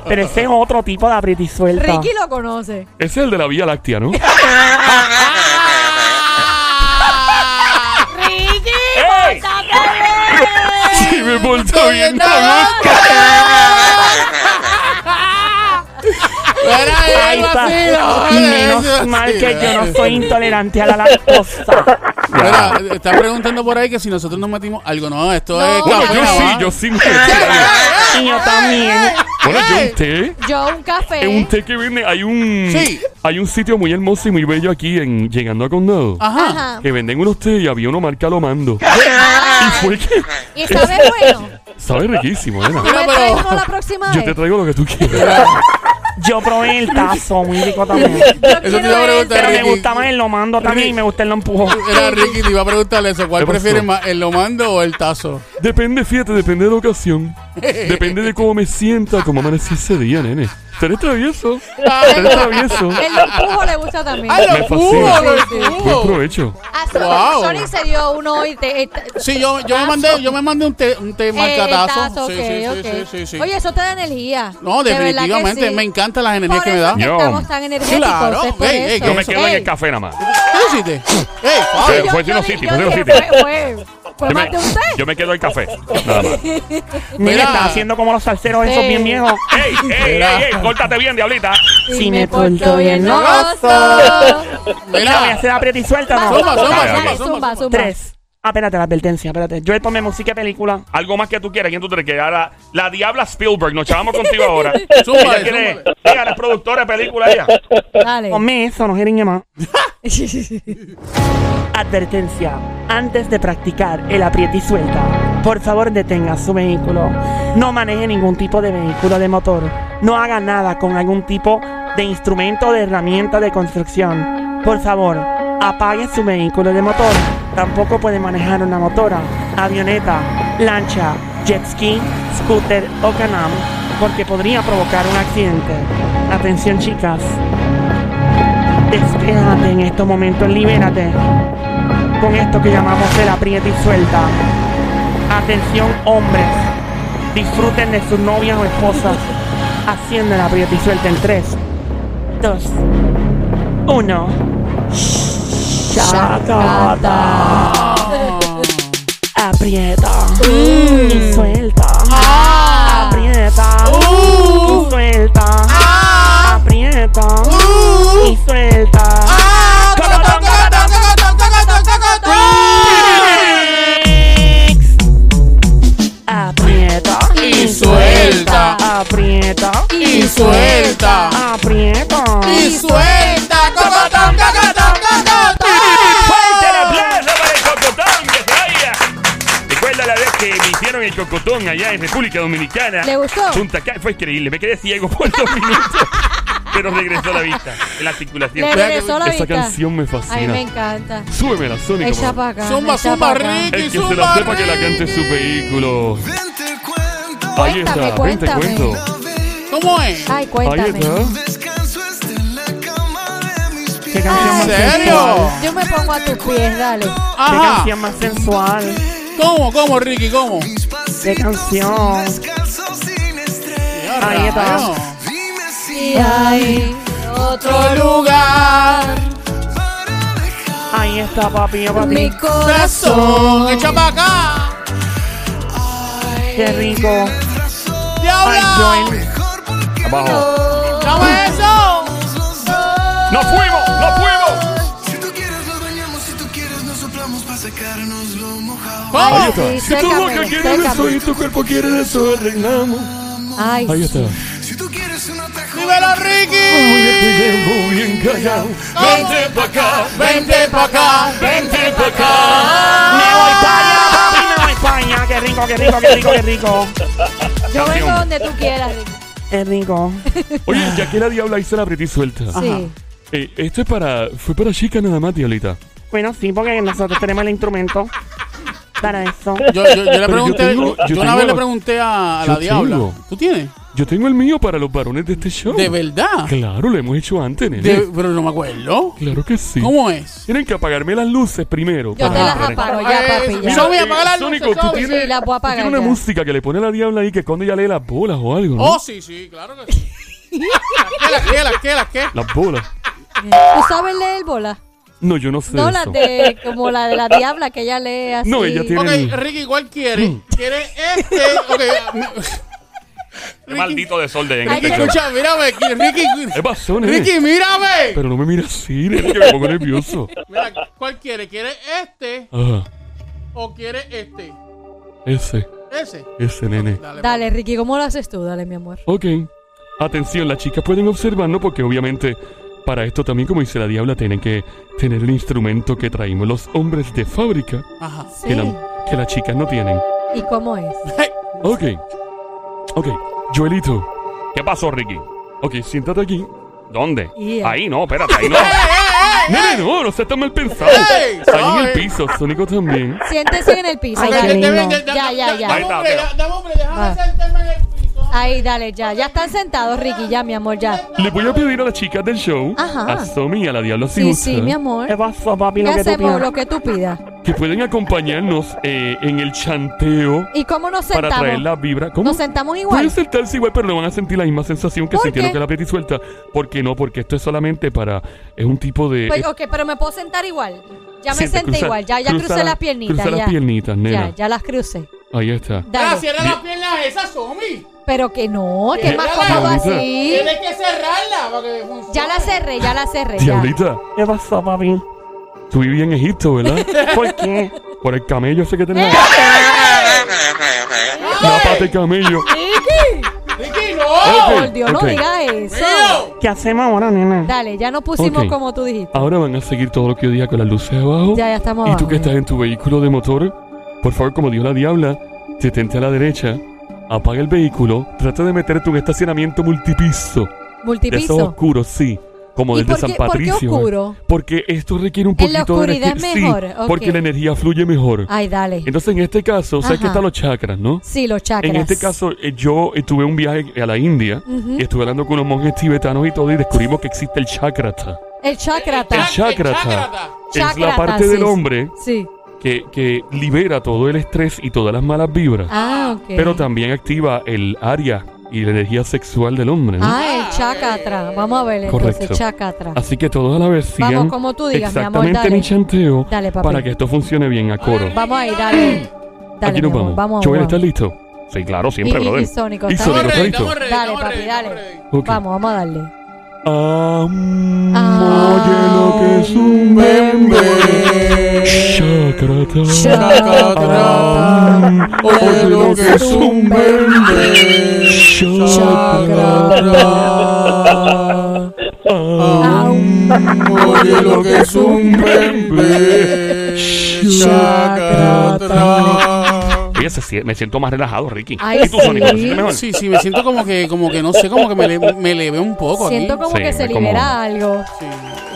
Speaker 4: pero ese es otro tipo de aprieta y suelta.
Speaker 2: Ricky lo conoce.
Speaker 1: Ese es el de la Vía Láctea, ¿no?
Speaker 2: Ah, ¡Ricky!
Speaker 9: ¡Ey!
Speaker 2: ¡Pórtate
Speaker 1: Sí, me porto bien.
Speaker 3: Era
Speaker 4: Ahí
Speaker 3: el
Speaker 4: está.
Speaker 3: vacío.
Speaker 4: Menos mal que yo no soy intolerante a la lactosa.
Speaker 3: Mira, está preguntando por ahí que si nosotros nos metimos algo. No, esto
Speaker 2: No.
Speaker 3: es. ¿ah?
Speaker 1: Bueno,
Speaker 3: café,
Speaker 1: yo sí,
Speaker 3: ¿va?
Speaker 1: yo sí.
Speaker 4: Y yo también.
Speaker 1: Bueno, yo un té.
Speaker 2: bien! Yo un
Speaker 1: Es
Speaker 2: café.
Speaker 1: un té que vende. Hay un.
Speaker 3: Sí.
Speaker 1: Hay un sitio muy hermoso y muy bello aquí en Llegando a Condado.
Speaker 3: Ajá.
Speaker 2: Ajá.
Speaker 1: Que venden unos té y había uno marca lo mando. Y fue que.
Speaker 2: ¿Y sabe bueno?
Speaker 1: Sabe riquísimo, nena.
Speaker 2: ¿Tú me
Speaker 3: pero-
Speaker 2: traes uno la próxima
Speaker 1: Yo te
Speaker 2: vez?
Speaker 1: traigo lo que tú quieras.
Speaker 4: Yo probé el tazo, muy rico también.
Speaker 2: Yo
Speaker 3: Eso te
Speaker 2: quiero
Speaker 3: iba a
Speaker 2: ese.
Speaker 4: Pero
Speaker 3: preguntar,
Speaker 4: me
Speaker 3: Ricky.
Speaker 4: gusta más el lo mando también y me gusta el lo empujo.
Speaker 3: Era Ricky, te iba a preguntarle eso. ¿Cuál
Speaker 1: ¿Qué pasó?
Speaker 3: prefieres más, el lomando o el tazo?
Speaker 1: Depende, fíjate, depende de la ocasión. Depende de cómo me sienta, cómo amanecí ese día, nene. Tú eres travieso. Tú eres travieso.
Speaker 2: El empujo le gusta también.
Speaker 3: ¡Ay,
Speaker 1: Me
Speaker 3: Ah, lo
Speaker 1: fascina.
Speaker 3: pudo! ¡Lo
Speaker 2: Sí, sí.
Speaker 1: Buen
Speaker 3: pudo!
Speaker 1: provecho.
Speaker 2: Ah, sí,
Speaker 3: Wow.
Speaker 2: Sonic se dio uno hoy. Te, te-
Speaker 3: Sí, yo, yo me mandé, yo me mandé un té, un té
Speaker 2: eh, el
Speaker 3: marcatazo.
Speaker 2: tazo,
Speaker 3: sí,
Speaker 2: ok,
Speaker 3: sí, sí,
Speaker 2: ok.
Speaker 3: sí, sí, sí.
Speaker 2: Oye, eso te da energía.
Speaker 3: no,
Speaker 2: De verdad que
Speaker 3: definitivamente.
Speaker 2: sí.
Speaker 3: Me encantan las energías
Speaker 2: Por
Speaker 3: que me
Speaker 2: eso
Speaker 3: da.
Speaker 2: es que
Speaker 9: Yo.
Speaker 2: estamos tan energéticos.
Speaker 3: Claro,
Speaker 2: es por
Speaker 3: ey, ey,
Speaker 2: eso.
Speaker 9: Yo me quedo en
Speaker 2: Ey.
Speaker 9: el café nada más.
Speaker 3: ¿Qué hiciste? ¡Ey!
Speaker 2: Sí,
Speaker 9: Fue-
Speaker 3: Pablo.
Speaker 2: yo-
Speaker 9: fue de
Speaker 2: yo
Speaker 9: unos
Speaker 2: di-
Speaker 9: sitios,
Speaker 2: yo
Speaker 9: fue de unos
Speaker 2: dije, fue- Fue
Speaker 9: Yo
Speaker 2: más
Speaker 9: me,
Speaker 2: de usted.
Speaker 9: yo me quedo al café. Nada más. ¡Ey,
Speaker 4: Mira,
Speaker 3: Mira.
Speaker 4: está haciendo como los salseros esos
Speaker 2: Sí.
Speaker 4: bien viejos.
Speaker 9: ey, ey,
Speaker 3: Mira.
Speaker 9: ey! ¡Córtate bien, diablita!
Speaker 4: Si me porto bien,
Speaker 3: no
Speaker 2: gozo.
Speaker 4: Mira, voy a
Speaker 3: Mira,
Speaker 4: hacer aprieta y suelta, ¿no?
Speaker 3: Zumba, zumba,
Speaker 2: Dale,
Speaker 9: zumba,
Speaker 2: dale,
Speaker 3: zumba,
Speaker 2: zumba, zumba.
Speaker 4: Tres. Ah, espérate, la advertencia, espérate. Joel, ponme música y película.
Speaker 9: Algo más que tú quieras. ¿Quién tú quieres que haga? La diabla Spielberg. Nos chavamos contigo ahora.
Speaker 3: Zúmbale,
Speaker 9: ella quiere-
Speaker 3: zúmbale.
Speaker 9: ella es productora de película ella.
Speaker 2: Dale.
Speaker 4: Ponme eso, no jeringue más. Advertencia. Antes de practicar el aprieta y suelta, por favor detenga su vehículo. No maneje ningún tipo de vehículo de motor. No haga nada con algún tipo de instrumento de herramienta de construcción. Por favor, apague su vehículo de motor. Tampoco puede manejar una motora, avioneta, lancha, jet ski, scooter o canam, porque podría provocar un accidente. Atención chicas, Despéjate en estos momentos, libérate. Con esto que llamamos el aprieta y suelta. Atención, hombres. Disfruten de sus novias o esposas. Haciendo el aprieta y suelta en 3, 2, 1. Chacata.
Speaker 3: Ah.
Speaker 4: Aprieta. Y suelta.
Speaker 2: Ah.
Speaker 4: Aprieta.
Speaker 3: Uh.
Speaker 4: Y suelta.
Speaker 3: Ah.
Speaker 4: Aprieta. Y suelta. Aprieta.
Speaker 3: Y suelta.
Speaker 4: Aprieta.
Speaker 3: Y suelta.
Speaker 4: Aprieta.
Speaker 3: Y suelta. Cocotón, cocotón, cocotón.
Speaker 9: ¡Fuerte el
Speaker 2: Ah.
Speaker 9: aplauso para el cocotón que se oiga! Recuerda la vez que me hicieron el cocotón allá en República Dominicana.
Speaker 2: ¿Le gustó?
Speaker 9: Punta Cana. Fue increíble. Me quedé ciego por dos minutos. Pero regresó la vista. La articulación.
Speaker 2: Le regresó la
Speaker 1: Esa
Speaker 2: vista.
Speaker 1: canción me
Speaker 2: A mí me
Speaker 1: fascina.
Speaker 2: encanta.
Speaker 1: Súbeme la Sónica.
Speaker 2: Echa
Speaker 1: por favor.
Speaker 2: para acá.
Speaker 3: Zumba,
Speaker 2: echa
Speaker 3: zumba,
Speaker 2: pa' acá.
Speaker 3: Ricky,
Speaker 1: El que se
Speaker 3: zumba,
Speaker 1: la sepa que la cante en su
Speaker 3: Ricky.
Speaker 1: vehículo.
Speaker 6: Vente cuento,
Speaker 1: Ahí está, ven te
Speaker 2: Cuéntame,
Speaker 1: cuento.
Speaker 3: ¿Cómo es?
Speaker 2: Ay,
Speaker 1: Ahí
Speaker 2: cuéntame.
Speaker 1: está.
Speaker 6: descanso está en la cama de mis
Speaker 4: ¿Qué
Speaker 6: pies.
Speaker 4: canción
Speaker 3: ¿En
Speaker 4: más
Speaker 3: serio?
Speaker 4: sensual?
Speaker 2: Yo me pongo a tus pies, dale.
Speaker 4: ¿Qué
Speaker 3: Ajá.
Speaker 4: canción más sensual?
Speaker 3: ¿Cómo, cómo, Ricky? ¿Cómo?
Speaker 6: Mis pasitos
Speaker 4: ¿Qué canción?
Speaker 6: descalzo sin estrés.
Speaker 4: Ahí está.
Speaker 3: Rayos.
Speaker 6: Dime si
Speaker 2: Y hay otro
Speaker 3: Otro lugar.
Speaker 6: para dejar
Speaker 4: Ahí está, papi, oh, papi.
Speaker 2: mi corazón.
Speaker 3: Corazón. Echa para acá.
Speaker 4: Qué rico. Ay,
Speaker 3: Diabla.
Speaker 4: Joel.
Speaker 1: Abajo.
Speaker 3: ¿Cómo es eso?
Speaker 9: ¡Nos fuimos! ¡Nos fuimos!
Speaker 6: Si tú quieres nos bañamos, si tú quieres nos soplamos para sacarnos lo mojado.
Speaker 1: Ahí
Speaker 3: ¿Cómo?
Speaker 1: está.
Speaker 2: Sí,
Speaker 1: Si tu
Speaker 2: sécame,
Speaker 1: boca quiere
Speaker 2: sécame.
Speaker 1: eso y tu cuerpo quiere eso, arreglamos.
Speaker 2: Ay,
Speaker 1: Ahí está.
Speaker 6: Si tú quieres un atajo,
Speaker 3: ¡Dímelo, Ricky!
Speaker 1: Hoy te llevo bien callado. Vente pa' acá.
Speaker 3: Vente para acá.
Speaker 1: Vente pa' acá.
Speaker 4: Me voy para allá, papi, me voy para allá. Qué rico, qué rico, qué rico, qué rico.
Speaker 2: yo vengo
Speaker 9: Canción.
Speaker 2: donde tú quieras, Ricky.
Speaker 4: Qué rico.
Speaker 1: Oye, ya que la diabla hizo la apretí suelta.
Speaker 3: Ah.
Speaker 2: Sí.
Speaker 1: Eh, esto es para. Fue para chica nada más, diablita.
Speaker 4: Bueno, sí, porque nosotros tenemos el instrumento para eso.
Speaker 3: Yo, yo, yo le
Speaker 1: yo
Speaker 3: pregunté,
Speaker 1: tengo- yo
Speaker 3: yo una vez
Speaker 1: tengo-
Speaker 3: le pregunté a, a
Speaker 1: yo
Speaker 3: la diabla.
Speaker 1: tengo.
Speaker 3: ¿Tú tienes?
Speaker 1: Yo tengo el mío para los varones de este show.
Speaker 3: ¿De verdad?
Speaker 1: Claro, lo hemos hecho antes, nene.
Speaker 3: De- pero no me acuerdo.
Speaker 1: Claro que sí.
Speaker 3: ¿Cómo es?
Speaker 1: Tienen que apagarme las luces primero.
Speaker 2: Yo te
Speaker 1: para
Speaker 2: las
Speaker 1: poner-
Speaker 2: apago ya, papi.
Speaker 3: Mira,
Speaker 2: Ya.
Speaker 3: voy a apagar las
Speaker 1: Sónico,
Speaker 3: luces,
Speaker 1: tú
Speaker 3: Sónico.
Speaker 1: tienes,
Speaker 2: Sí, las voy a
Speaker 1: tú tienes
Speaker 2: apagar
Speaker 1: una
Speaker 2: ya.
Speaker 1: música que le pone la diabla ahí que cuando ella lee las bolas o algo, ¿no?
Speaker 3: Oh, sí, sí, claro que sí. ¿Las qué, las qué, las qué? las qué?
Speaker 1: Las bolas.
Speaker 2: ¿Tú sabes leer bola?
Speaker 1: No, yo no sé
Speaker 2: No,
Speaker 1: eso.
Speaker 2: la de, como la de la diabla que ella lee así.
Speaker 1: No, ella tiene- Tienen- Mm.
Speaker 3: Ok, Ricky, ¿cuál quiere? ¿Quiere este? Ok.
Speaker 9: Qué maldito desorden. este
Speaker 3: Ricky, escucha, mírame. aquí, Ricky,
Speaker 1: ¿Qué pasó, nene?
Speaker 3: Ricky, mírame.
Speaker 1: Pero no me miras así, nene, que me pongo nervioso.
Speaker 3: Mira, ¿cuál quiere? ¿Quiere este
Speaker 1: Ajá.
Speaker 3: o quiere este?
Speaker 1: Ese,
Speaker 3: Ese.
Speaker 1: ese nene.
Speaker 2: Dale, Ricky, ¿cómo lo haces tú? Dale, mi amor.
Speaker 1: Ok. Atención, las chicas pueden observarnos porque obviamente para esto también, como dice la diabla, tienen que tener el instrumento que traímos los hombres de fábrica
Speaker 3: pues. Ajá.
Speaker 2: Sí.
Speaker 1: que, la- que las chicas no tienen.
Speaker 2: ¿Y cómo es?
Speaker 1: Ok. Ok. Joelito.
Speaker 9: ¿Qué pasó, Ricky?
Speaker 1: Ok, siéntate aquí.
Speaker 9: ¿Dónde?
Speaker 2: Yeah.
Speaker 9: Ahí no, espérate, ahí no.
Speaker 1: Nene, no, no seas tan mal pensado.
Speaker 3: ¡Ey!
Speaker 1: Ahí en el
Speaker 3: ¡Ay!
Speaker 1: piso, Sónico también.
Speaker 2: Siéntese en el piso.
Speaker 4: Ay,
Speaker 3: Ok,
Speaker 4: qué
Speaker 2: dale.
Speaker 3: este,
Speaker 4: lindo.
Speaker 3: ven, ven,
Speaker 2: Ya,
Speaker 3: dame-
Speaker 2: ya, ya.
Speaker 9: Ahí
Speaker 3: Dame
Speaker 9: está,
Speaker 3: hombre,
Speaker 9: mira.
Speaker 3: dame hombre, déjame
Speaker 2: Ah.
Speaker 3: sentarme en el piso.
Speaker 2: Ahí, dale, ya. Ya están sentados, Ricky, ya, mi amor, ya.
Speaker 1: Le voy a pedir a las chicas del show,
Speaker 2: Ajá.
Speaker 1: a Somi y a la diabla si
Speaker 2: Sí,
Speaker 1: gusta,
Speaker 2: sí, mi
Speaker 4: ¿Qué
Speaker 2: amor.
Speaker 4: pasó, papi?
Speaker 2: ¿Qué
Speaker 4: Lo que tú
Speaker 2: hacemos?
Speaker 4: pidas.
Speaker 2: Lo que tú pidas.
Speaker 1: que pueden acompañarnos eh, en el chanteo
Speaker 2: ¿Y cómo nos
Speaker 1: para traer
Speaker 2: sentamos?
Speaker 1: la vibra. ¿Cómo?
Speaker 2: Nos sentamos igual.
Speaker 1: Pueden sentarse igual, pero no van a sentir la misma sensación que
Speaker 2: ¿Por
Speaker 1: sintieron
Speaker 2: qué?
Speaker 1: que la aprieta y suelta. ¿Por qué no? Porque esto es solamente para. Es un tipo de.
Speaker 2: Pues,
Speaker 1: es-
Speaker 2: ok, pero me puedo sentar igual. Ya me
Speaker 1: siente,
Speaker 2: senté
Speaker 1: cruza-
Speaker 2: igual, ya, ya
Speaker 1: cruza
Speaker 2: crucé
Speaker 1: la-
Speaker 2: las piernitas.
Speaker 1: Cruza
Speaker 2: ya.
Speaker 1: las piernitas, nena.
Speaker 2: Ya, ya las crucé.
Speaker 1: Ahí está.
Speaker 10: Ah,
Speaker 2: Dale.
Speaker 10: cierra las piernas esas, Somi.
Speaker 2: Pero que no, que es más
Speaker 10: Diablita.
Speaker 2: cómodo
Speaker 1: Diablita.
Speaker 2: así.
Speaker 10: Tienes que cerrarla para que funcione.
Speaker 2: Ya la cerré, ya la cerré. ya.
Speaker 1: Diablita,
Speaker 4: ¿Qué pasó, mami?
Speaker 1: tú vivías en Egipto, ¿verdad?
Speaker 4: ¿Por qué?
Speaker 1: Por el camello ese que tenías.
Speaker 2: ¡Eh!
Speaker 1: La pata de camello.
Speaker 10: Ricky, no.
Speaker 1: Ok,
Speaker 2: Por Dios,
Speaker 1: ok.
Speaker 2: no diga eso.
Speaker 10: Río.
Speaker 4: ¿Qué hacemos ahora, nena?
Speaker 2: Dale, ya no pusimos
Speaker 1: Ok.
Speaker 2: como tú dijiste.
Speaker 1: Ahora van a seguir todo lo que yo diga con las luces abajo.
Speaker 2: Ya, ya estamos
Speaker 1: Y tú
Speaker 2: abajo,
Speaker 1: que
Speaker 2: ya.
Speaker 1: estás en tu vehículo de motor, por favor, como dijo la diabla, detente a la derecha, apaga el vehículo, trata de meterte en un estacionamiento multipiso. De esos
Speaker 2: Multipiso.
Speaker 1: oscuros, sí. Como
Speaker 2: ¿Y
Speaker 1: el de
Speaker 2: por
Speaker 1: San
Speaker 2: qué- por qué
Speaker 1: Patricio. ¿eh?
Speaker 2: oscuro?
Speaker 1: Porque esto requiere un
Speaker 2: En la
Speaker 1: poquito de
Speaker 2: oscuridad
Speaker 1: energía.
Speaker 2: es mejor,
Speaker 1: Sí,
Speaker 2: ok.
Speaker 1: porque la energía fluye mejor.
Speaker 2: Ay, dale.
Speaker 1: Entonces, en este caso, sabes que
Speaker 2: Ajá.
Speaker 1: están los chakras, ¿no?
Speaker 2: Sí, los chakras.
Speaker 1: En este caso, eh, yo eh, tuve un viaje a la India y estuve hablando con unos monjes tibetanos y todo, y descubrimos que existe el chakrata.
Speaker 2: El chakrata.
Speaker 1: El chakrata
Speaker 10: chakrata.
Speaker 1: es la
Speaker 2: Chakrata,
Speaker 1: parte
Speaker 2: sí,
Speaker 1: del
Speaker 2: sí.
Speaker 1: hombre
Speaker 2: Sí.
Speaker 1: que, que libera todo el estrés y todas las malas vibras,
Speaker 2: Ah, ok.
Speaker 1: pero también activa el área y la energía sexual del hombre. ¿no?
Speaker 2: Ah, el chakatra. Vamos a ver entonces,
Speaker 1: Correcto.
Speaker 2: chakatra.
Speaker 1: Así que todos a la vez
Speaker 2: Vamos,
Speaker 1: sigan
Speaker 2: como tú digas, mi amor,
Speaker 1: exactamente
Speaker 2: dale.
Speaker 1: mi chanteo
Speaker 2: Dale, papi.
Speaker 1: para que esto funcione bien a coro.
Speaker 2: Vamos ahí, dale. Dale,
Speaker 1: Aquí nos
Speaker 2: mi amor,
Speaker 1: vamos.
Speaker 2: vamos.
Speaker 1: Joel,
Speaker 2: vamos.
Speaker 1: ¿estás listo? Sí, claro, siempre,
Speaker 2: Y- y-
Speaker 1: brother.
Speaker 2: y Sónico,
Speaker 1: Y
Speaker 2: ¿estás
Speaker 1: Sónico,
Speaker 10: Estamos
Speaker 1: ¿estás
Speaker 10: ready,
Speaker 1: listo?
Speaker 10: estamos ready,
Speaker 2: Dale,
Speaker 10: estamos
Speaker 2: papi,
Speaker 10: ready,
Speaker 2: dale.
Speaker 10: estamos ready.
Speaker 1: Ok.
Speaker 2: Vamos, vamos a darle.
Speaker 1: Am,
Speaker 2: Ah.
Speaker 1: oye lo que es un bebé. Chakrata.
Speaker 3: Chakrata.
Speaker 1: Am,
Speaker 3: Oye lo que es un bebé. Chakrata. Oye lo que es un bebé. Chakrata.
Speaker 1: Oye, se sie- me siento más relajado, Ricky.
Speaker 2: Ay,
Speaker 1: ¿Y tú, Sónico? ¿Te
Speaker 2: sí.
Speaker 1: sientes mejor?
Speaker 9: Eh,
Speaker 10: Sí, sí, me siento como que, como que no sé, como que me, le, me elevé un poco
Speaker 2: Siento como
Speaker 1: Sí,
Speaker 2: que se
Speaker 1: me como-
Speaker 2: libera algo.
Speaker 10: aquí. Sí.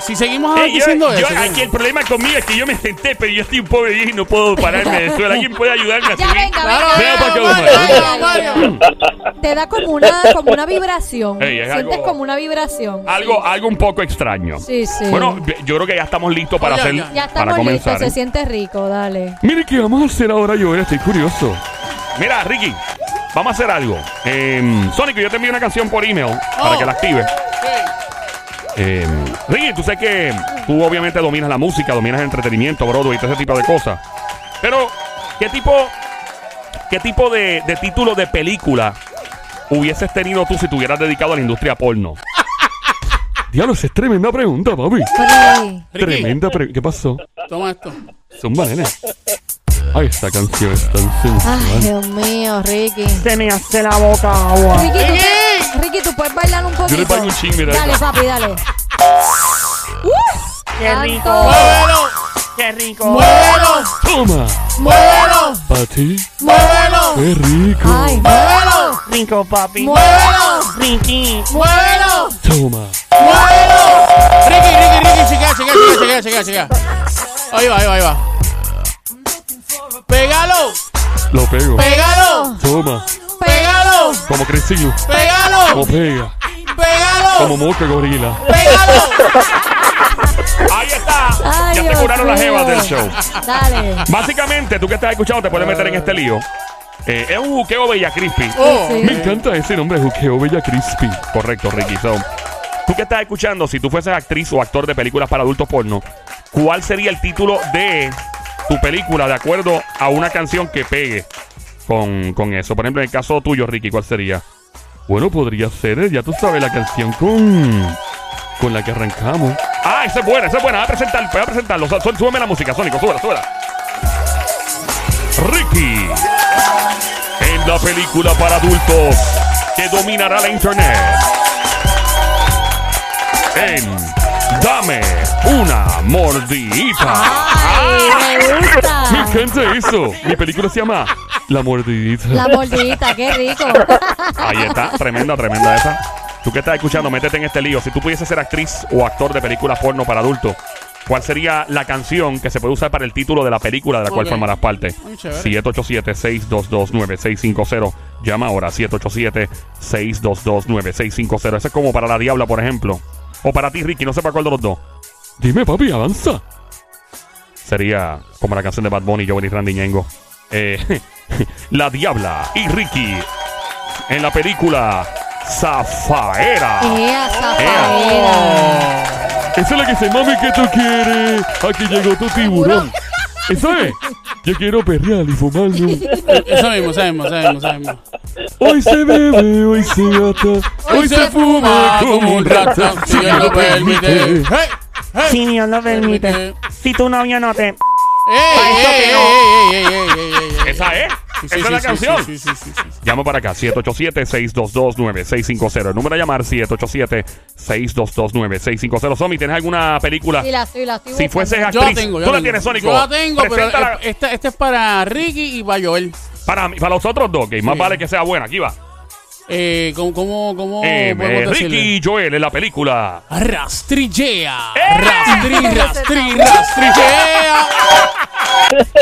Speaker 10: Si seguimos
Speaker 9: Eh, yo-
Speaker 10: diciendo
Speaker 9: yo-
Speaker 10: eso. ¿no?
Speaker 9: aquí el problema conmigo es que yo me senté, pero yo estoy un pobre viejo y no puedo pararme de suelo. ¿Alguien puede ayudarme a
Speaker 2: Ya,
Speaker 9: subir?
Speaker 2: venga,
Speaker 10: Claro,
Speaker 2: venga.
Speaker 9: Vea para acá,
Speaker 10: Mario,
Speaker 2: Mario.
Speaker 10: Mario, Mario.
Speaker 2: Te da como una, como una vibración.
Speaker 9: Ey, es
Speaker 2: Sientes
Speaker 9: algo-
Speaker 2: como una vibración.
Speaker 9: Algo, algo un poco extraño.
Speaker 2: Sí, sí.
Speaker 9: Bueno, yo creo que ya estamos listos para
Speaker 10: Oh, Ya,
Speaker 9: hacer,
Speaker 10: ya.
Speaker 2: ya
Speaker 9: para
Speaker 2: estamos listos,
Speaker 9: comenzar. ¿eh?
Speaker 2: se siente rico, dale.
Speaker 1: Mire, ¿qué vamos a hacer ahora, Joel? Estoy curioso.
Speaker 9: Mira, Ricky, vamos a hacer algo. Em, Sonic, yo te envío una canción por email para
Speaker 10: Oh.
Speaker 9: que la actives. Em, Ricky, tú sabes que tú obviamente dominas la música, dominas el entretenimiento, Broadway y todo ese tipo de cosas. Pero, ¿qué tipo, qué tipo de, de título de película hubieses tenido tú si te hubieras dedicado a la industria porno?
Speaker 1: Diablo, esa es tremenda pregunta, papi.
Speaker 2: Ay,
Speaker 10: Ricky.
Speaker 1: Tremenda pregunta. ¿Qué pasó?
Speaker 10: Toma esto.
Speaker 1: Son bananas. Ay, esta canción es tan
Speaker 2: ay,
Speaker 1: sensual.
Speaker 2: Dios mío, Ricky.
Speaker 4: Se me hace la boca agua.
Speaker 2: Ricky, ¿tú, puedes- Ricky, ¿tú puedes bailar un poquito.
Speaker 1: Yo le bailo un chin, mira.
Speaker 2: Dale, papi, dale. ¡Uh!
Speaker 4: Qué
Speaker 2: Tanto.
Speaker 4: rico.
Speaker 10: ¡Muévelo!
Speaker 4: Qué rico.
Speaker 10: ¡Muévelo!
Speaker 1: Toma,
Speaker 10: ¡Muévelo!
Speaker 1: pa' ti.
Speaker 10: ¡Muévelo!
Speaker 1: Qué rico.
Speaker 2: Ay,
Speaker 10: ¡Muévelo!
Speaker 4: Rico, papi.
Speaker 10: ¡Muévelo!
Speaker 4: Ricky.
Speaker 10: ¡Muévelo!
Speaker 1: Toma.
Speaker 10: ¡Muévelo! Ricky, Ricky, Ricky, chica, chica, chica, chica, chica, chica. Ahí va, ahí va, ahí va. ¡Pégalo!
Speaker 1: Lo pego.
Speaker 10: ¡Pégalo!
Speaker 1: Toma.
Speaker 10: ¡Pégalo!
Speaker 1: Como Crescillo. Como
Speaker 10: ¡Pégalo!
Speaker 1: pega. Como
Speaker 10: ¡Pégalo!
Speaker 1: moca gorila.
Speaker 10: ¡Pégalo!
Speaker 9: Ahí está.
Speaker 2: ay,
Speaker 9: ya te
Speaker 2: Dios
Speaker 9: curaron las
Speaker 2: mío.
Speaker 9: jevas del show.
Speaker 2: Dale.
Speaker 9: Básicamente, tú que estás escuchando te puedes meter en este lío. Eh, es un buqueo Bella Crispy.
Speaker 10: ¡Oh!
Speaker 2: Sí.
Speaker 1: Me encanta ese nombre, Juqueo Bella Crispy.
Speaker 9: Correcto, Ricky. So, tú que estás escuchando, si tú fueses actriz o actor de películas para adultos porno, ¿cuál sería el título de tu película de acuerdo a una canción que pegue con, con eso? Por ejemplo, en el caso tuyo, Ricky, ¿cuál sería?
Speaker 1: Bueno, podría ser, eh, ya tú sabes, la canción con. con la que arrancamos.
Speaker 9: Ah, esa es buena, esa es buena. Voy a presentar, voy a presentarlo. Su- su- Súbeme la música, Sónico, súbela, súbela. Ricky. En la película para adultos que dominará la internet. En Dame una
Speaker 2: Ah.
Speaker 9: mordidita.
Speaker 2: Ay, me
Speaker 9: Ah.
Speaker 2: gusta.
Speaker 1: Me encanta eso. Mi película se llama La Mordidita.
Speaker 2: La mordidita, qué rico.
Speaker 9: Ahí está, tremenda, tremenda esa. Tú que estás escuchando, métete en este lío. Si tú pudieses ser actriz o actor de película porno para adultos, ¿cuál sería la canción que se puede usar para el título de la película de la cual
Speaker 10: Ok.
Speaker 9: formarás parte?
Speaker 10: Muy chévere.
Speaker 9: 787-622-9650. Llama ahora, 787-622-9650. Eso es como para la Diabla, por ejemplo. O para ti, Ricky, no sé para cuál de los dos.
Speaker 1: Dime, papi, avanza.
Speaker 9: Sería como la canción de Bad Bunny, Giovanni Randy Ñengo. Eh, la Diabla y Ricky en la película Zafaera.
Speaker 2: Ea, zafaera.
Speaker 9: Esa es la que dice, mami, ¿qué tú quieres? Aquí llegó tu tiburón. Eso es. Yo quiero perrear y fumarme.
Speaker 3: Eso mismo, sabemos, sabemos, sabemos.
Speaker 9: Hoy se bebe, hoy se gata.
Speaker 3: Hoy se fuma como un rata, si Dios lo permite. ¡Hey! ¡Hey!
Speaker 4: Si Dios lo permite.
Speaker 3: Permite.
Speaker 4: Si tu novio no te.
Speaker 3: ¡Ey, ey, ey, ey, ey, ey, ey, ey, ey!
Speaker 11: Esa es.
Speaker 3: Sí,
Speaker 11: Esa
Speaker 3: sí,
Speaker 11: es la
Speaker 3: sí,
Speaker 11: canción.
Speaker 3: sí, sí, sí, sí, sí.
Speaker 9: Llama para acá, 787-622-9650. El número a llamar, 787-622-9650. Somi, ¿tienes alguna película?
Speaker 2: Sí, la estoy, la estoy
Speaker 9: Si
Speaker 2: buscando.
Speaker 9: fueses
Speaker 3: Yo
Speaker 9: actriz,
Speaker 3: la tengo, yo
Speaker 9: tú
Speaker 3: la
Speaker 9: la tienes, Sónico.
Speaker 3: Yo la tengo, pero
Speaker 9: Preséntala
Speaker 3: eh, esta, esta es para Ricky y para Joel.
Speaker 9: para, mí- para los otros dos, que más
Speaker 3: Sí.
Speaker 9: vale que sea buena. Aquí va.
Speaker 3: Eh, ¿Cómo, cómo, cómo
Speaker 9: Eh, eh,
Speaker 3: podemos
Speaker 9: Ricky
Speaker 3: decirle?
Speaker 9: y Joel en la película.
Speaker 3: Rastrillea.
Speaker 9: ¡Eh!
Speaker 3: Rastri, rastri, rastrillea.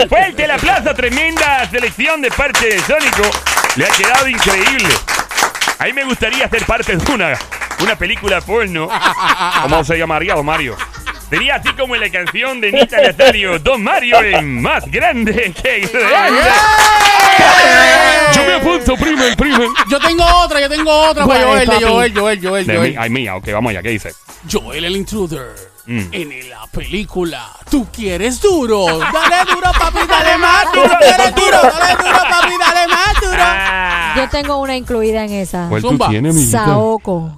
Speaker 11: Fuerte la plaza, tremenda selección de parte de Sónico. Le ha quedado increíble. A mí me gustaría hacer parte de una, una película porno. ¿Cómo se llamaría, Don Mario? Sería así como la canción de Nita Nazario, Don Mario es más grande que grande.
Speaker 9: Yo me apunto, primer, primer.
Speaker 3: Yo tengo otra, yo tengo otra para
Speaker 4: Guay,
Speaker 3: Joel, de
Speaker 4: papi.
Speaker 3: Joel, Joel, Joel,
Speaker 9: De mí, ah.
Speaker 3: Joel.
Speaker 9: ay, mía, ok, vamos allá, ¿qué dice?
Speaker 3: Joel el intruder.
Speaker 9: Mm.
Speaker 3: En la película, tú quieres duro. Dale duro, papi, dale más duro. Dale duro, dale duro, papi, dale más duro.
Speaker 2: Yo tengo una incluida en esa.
Speaker 9: ¿Cuál tú
Speaker 3: Zumba.
Speaker 9: tienes, amiguita?
Speaker 2: Saoco.
Speaker 3: Oh,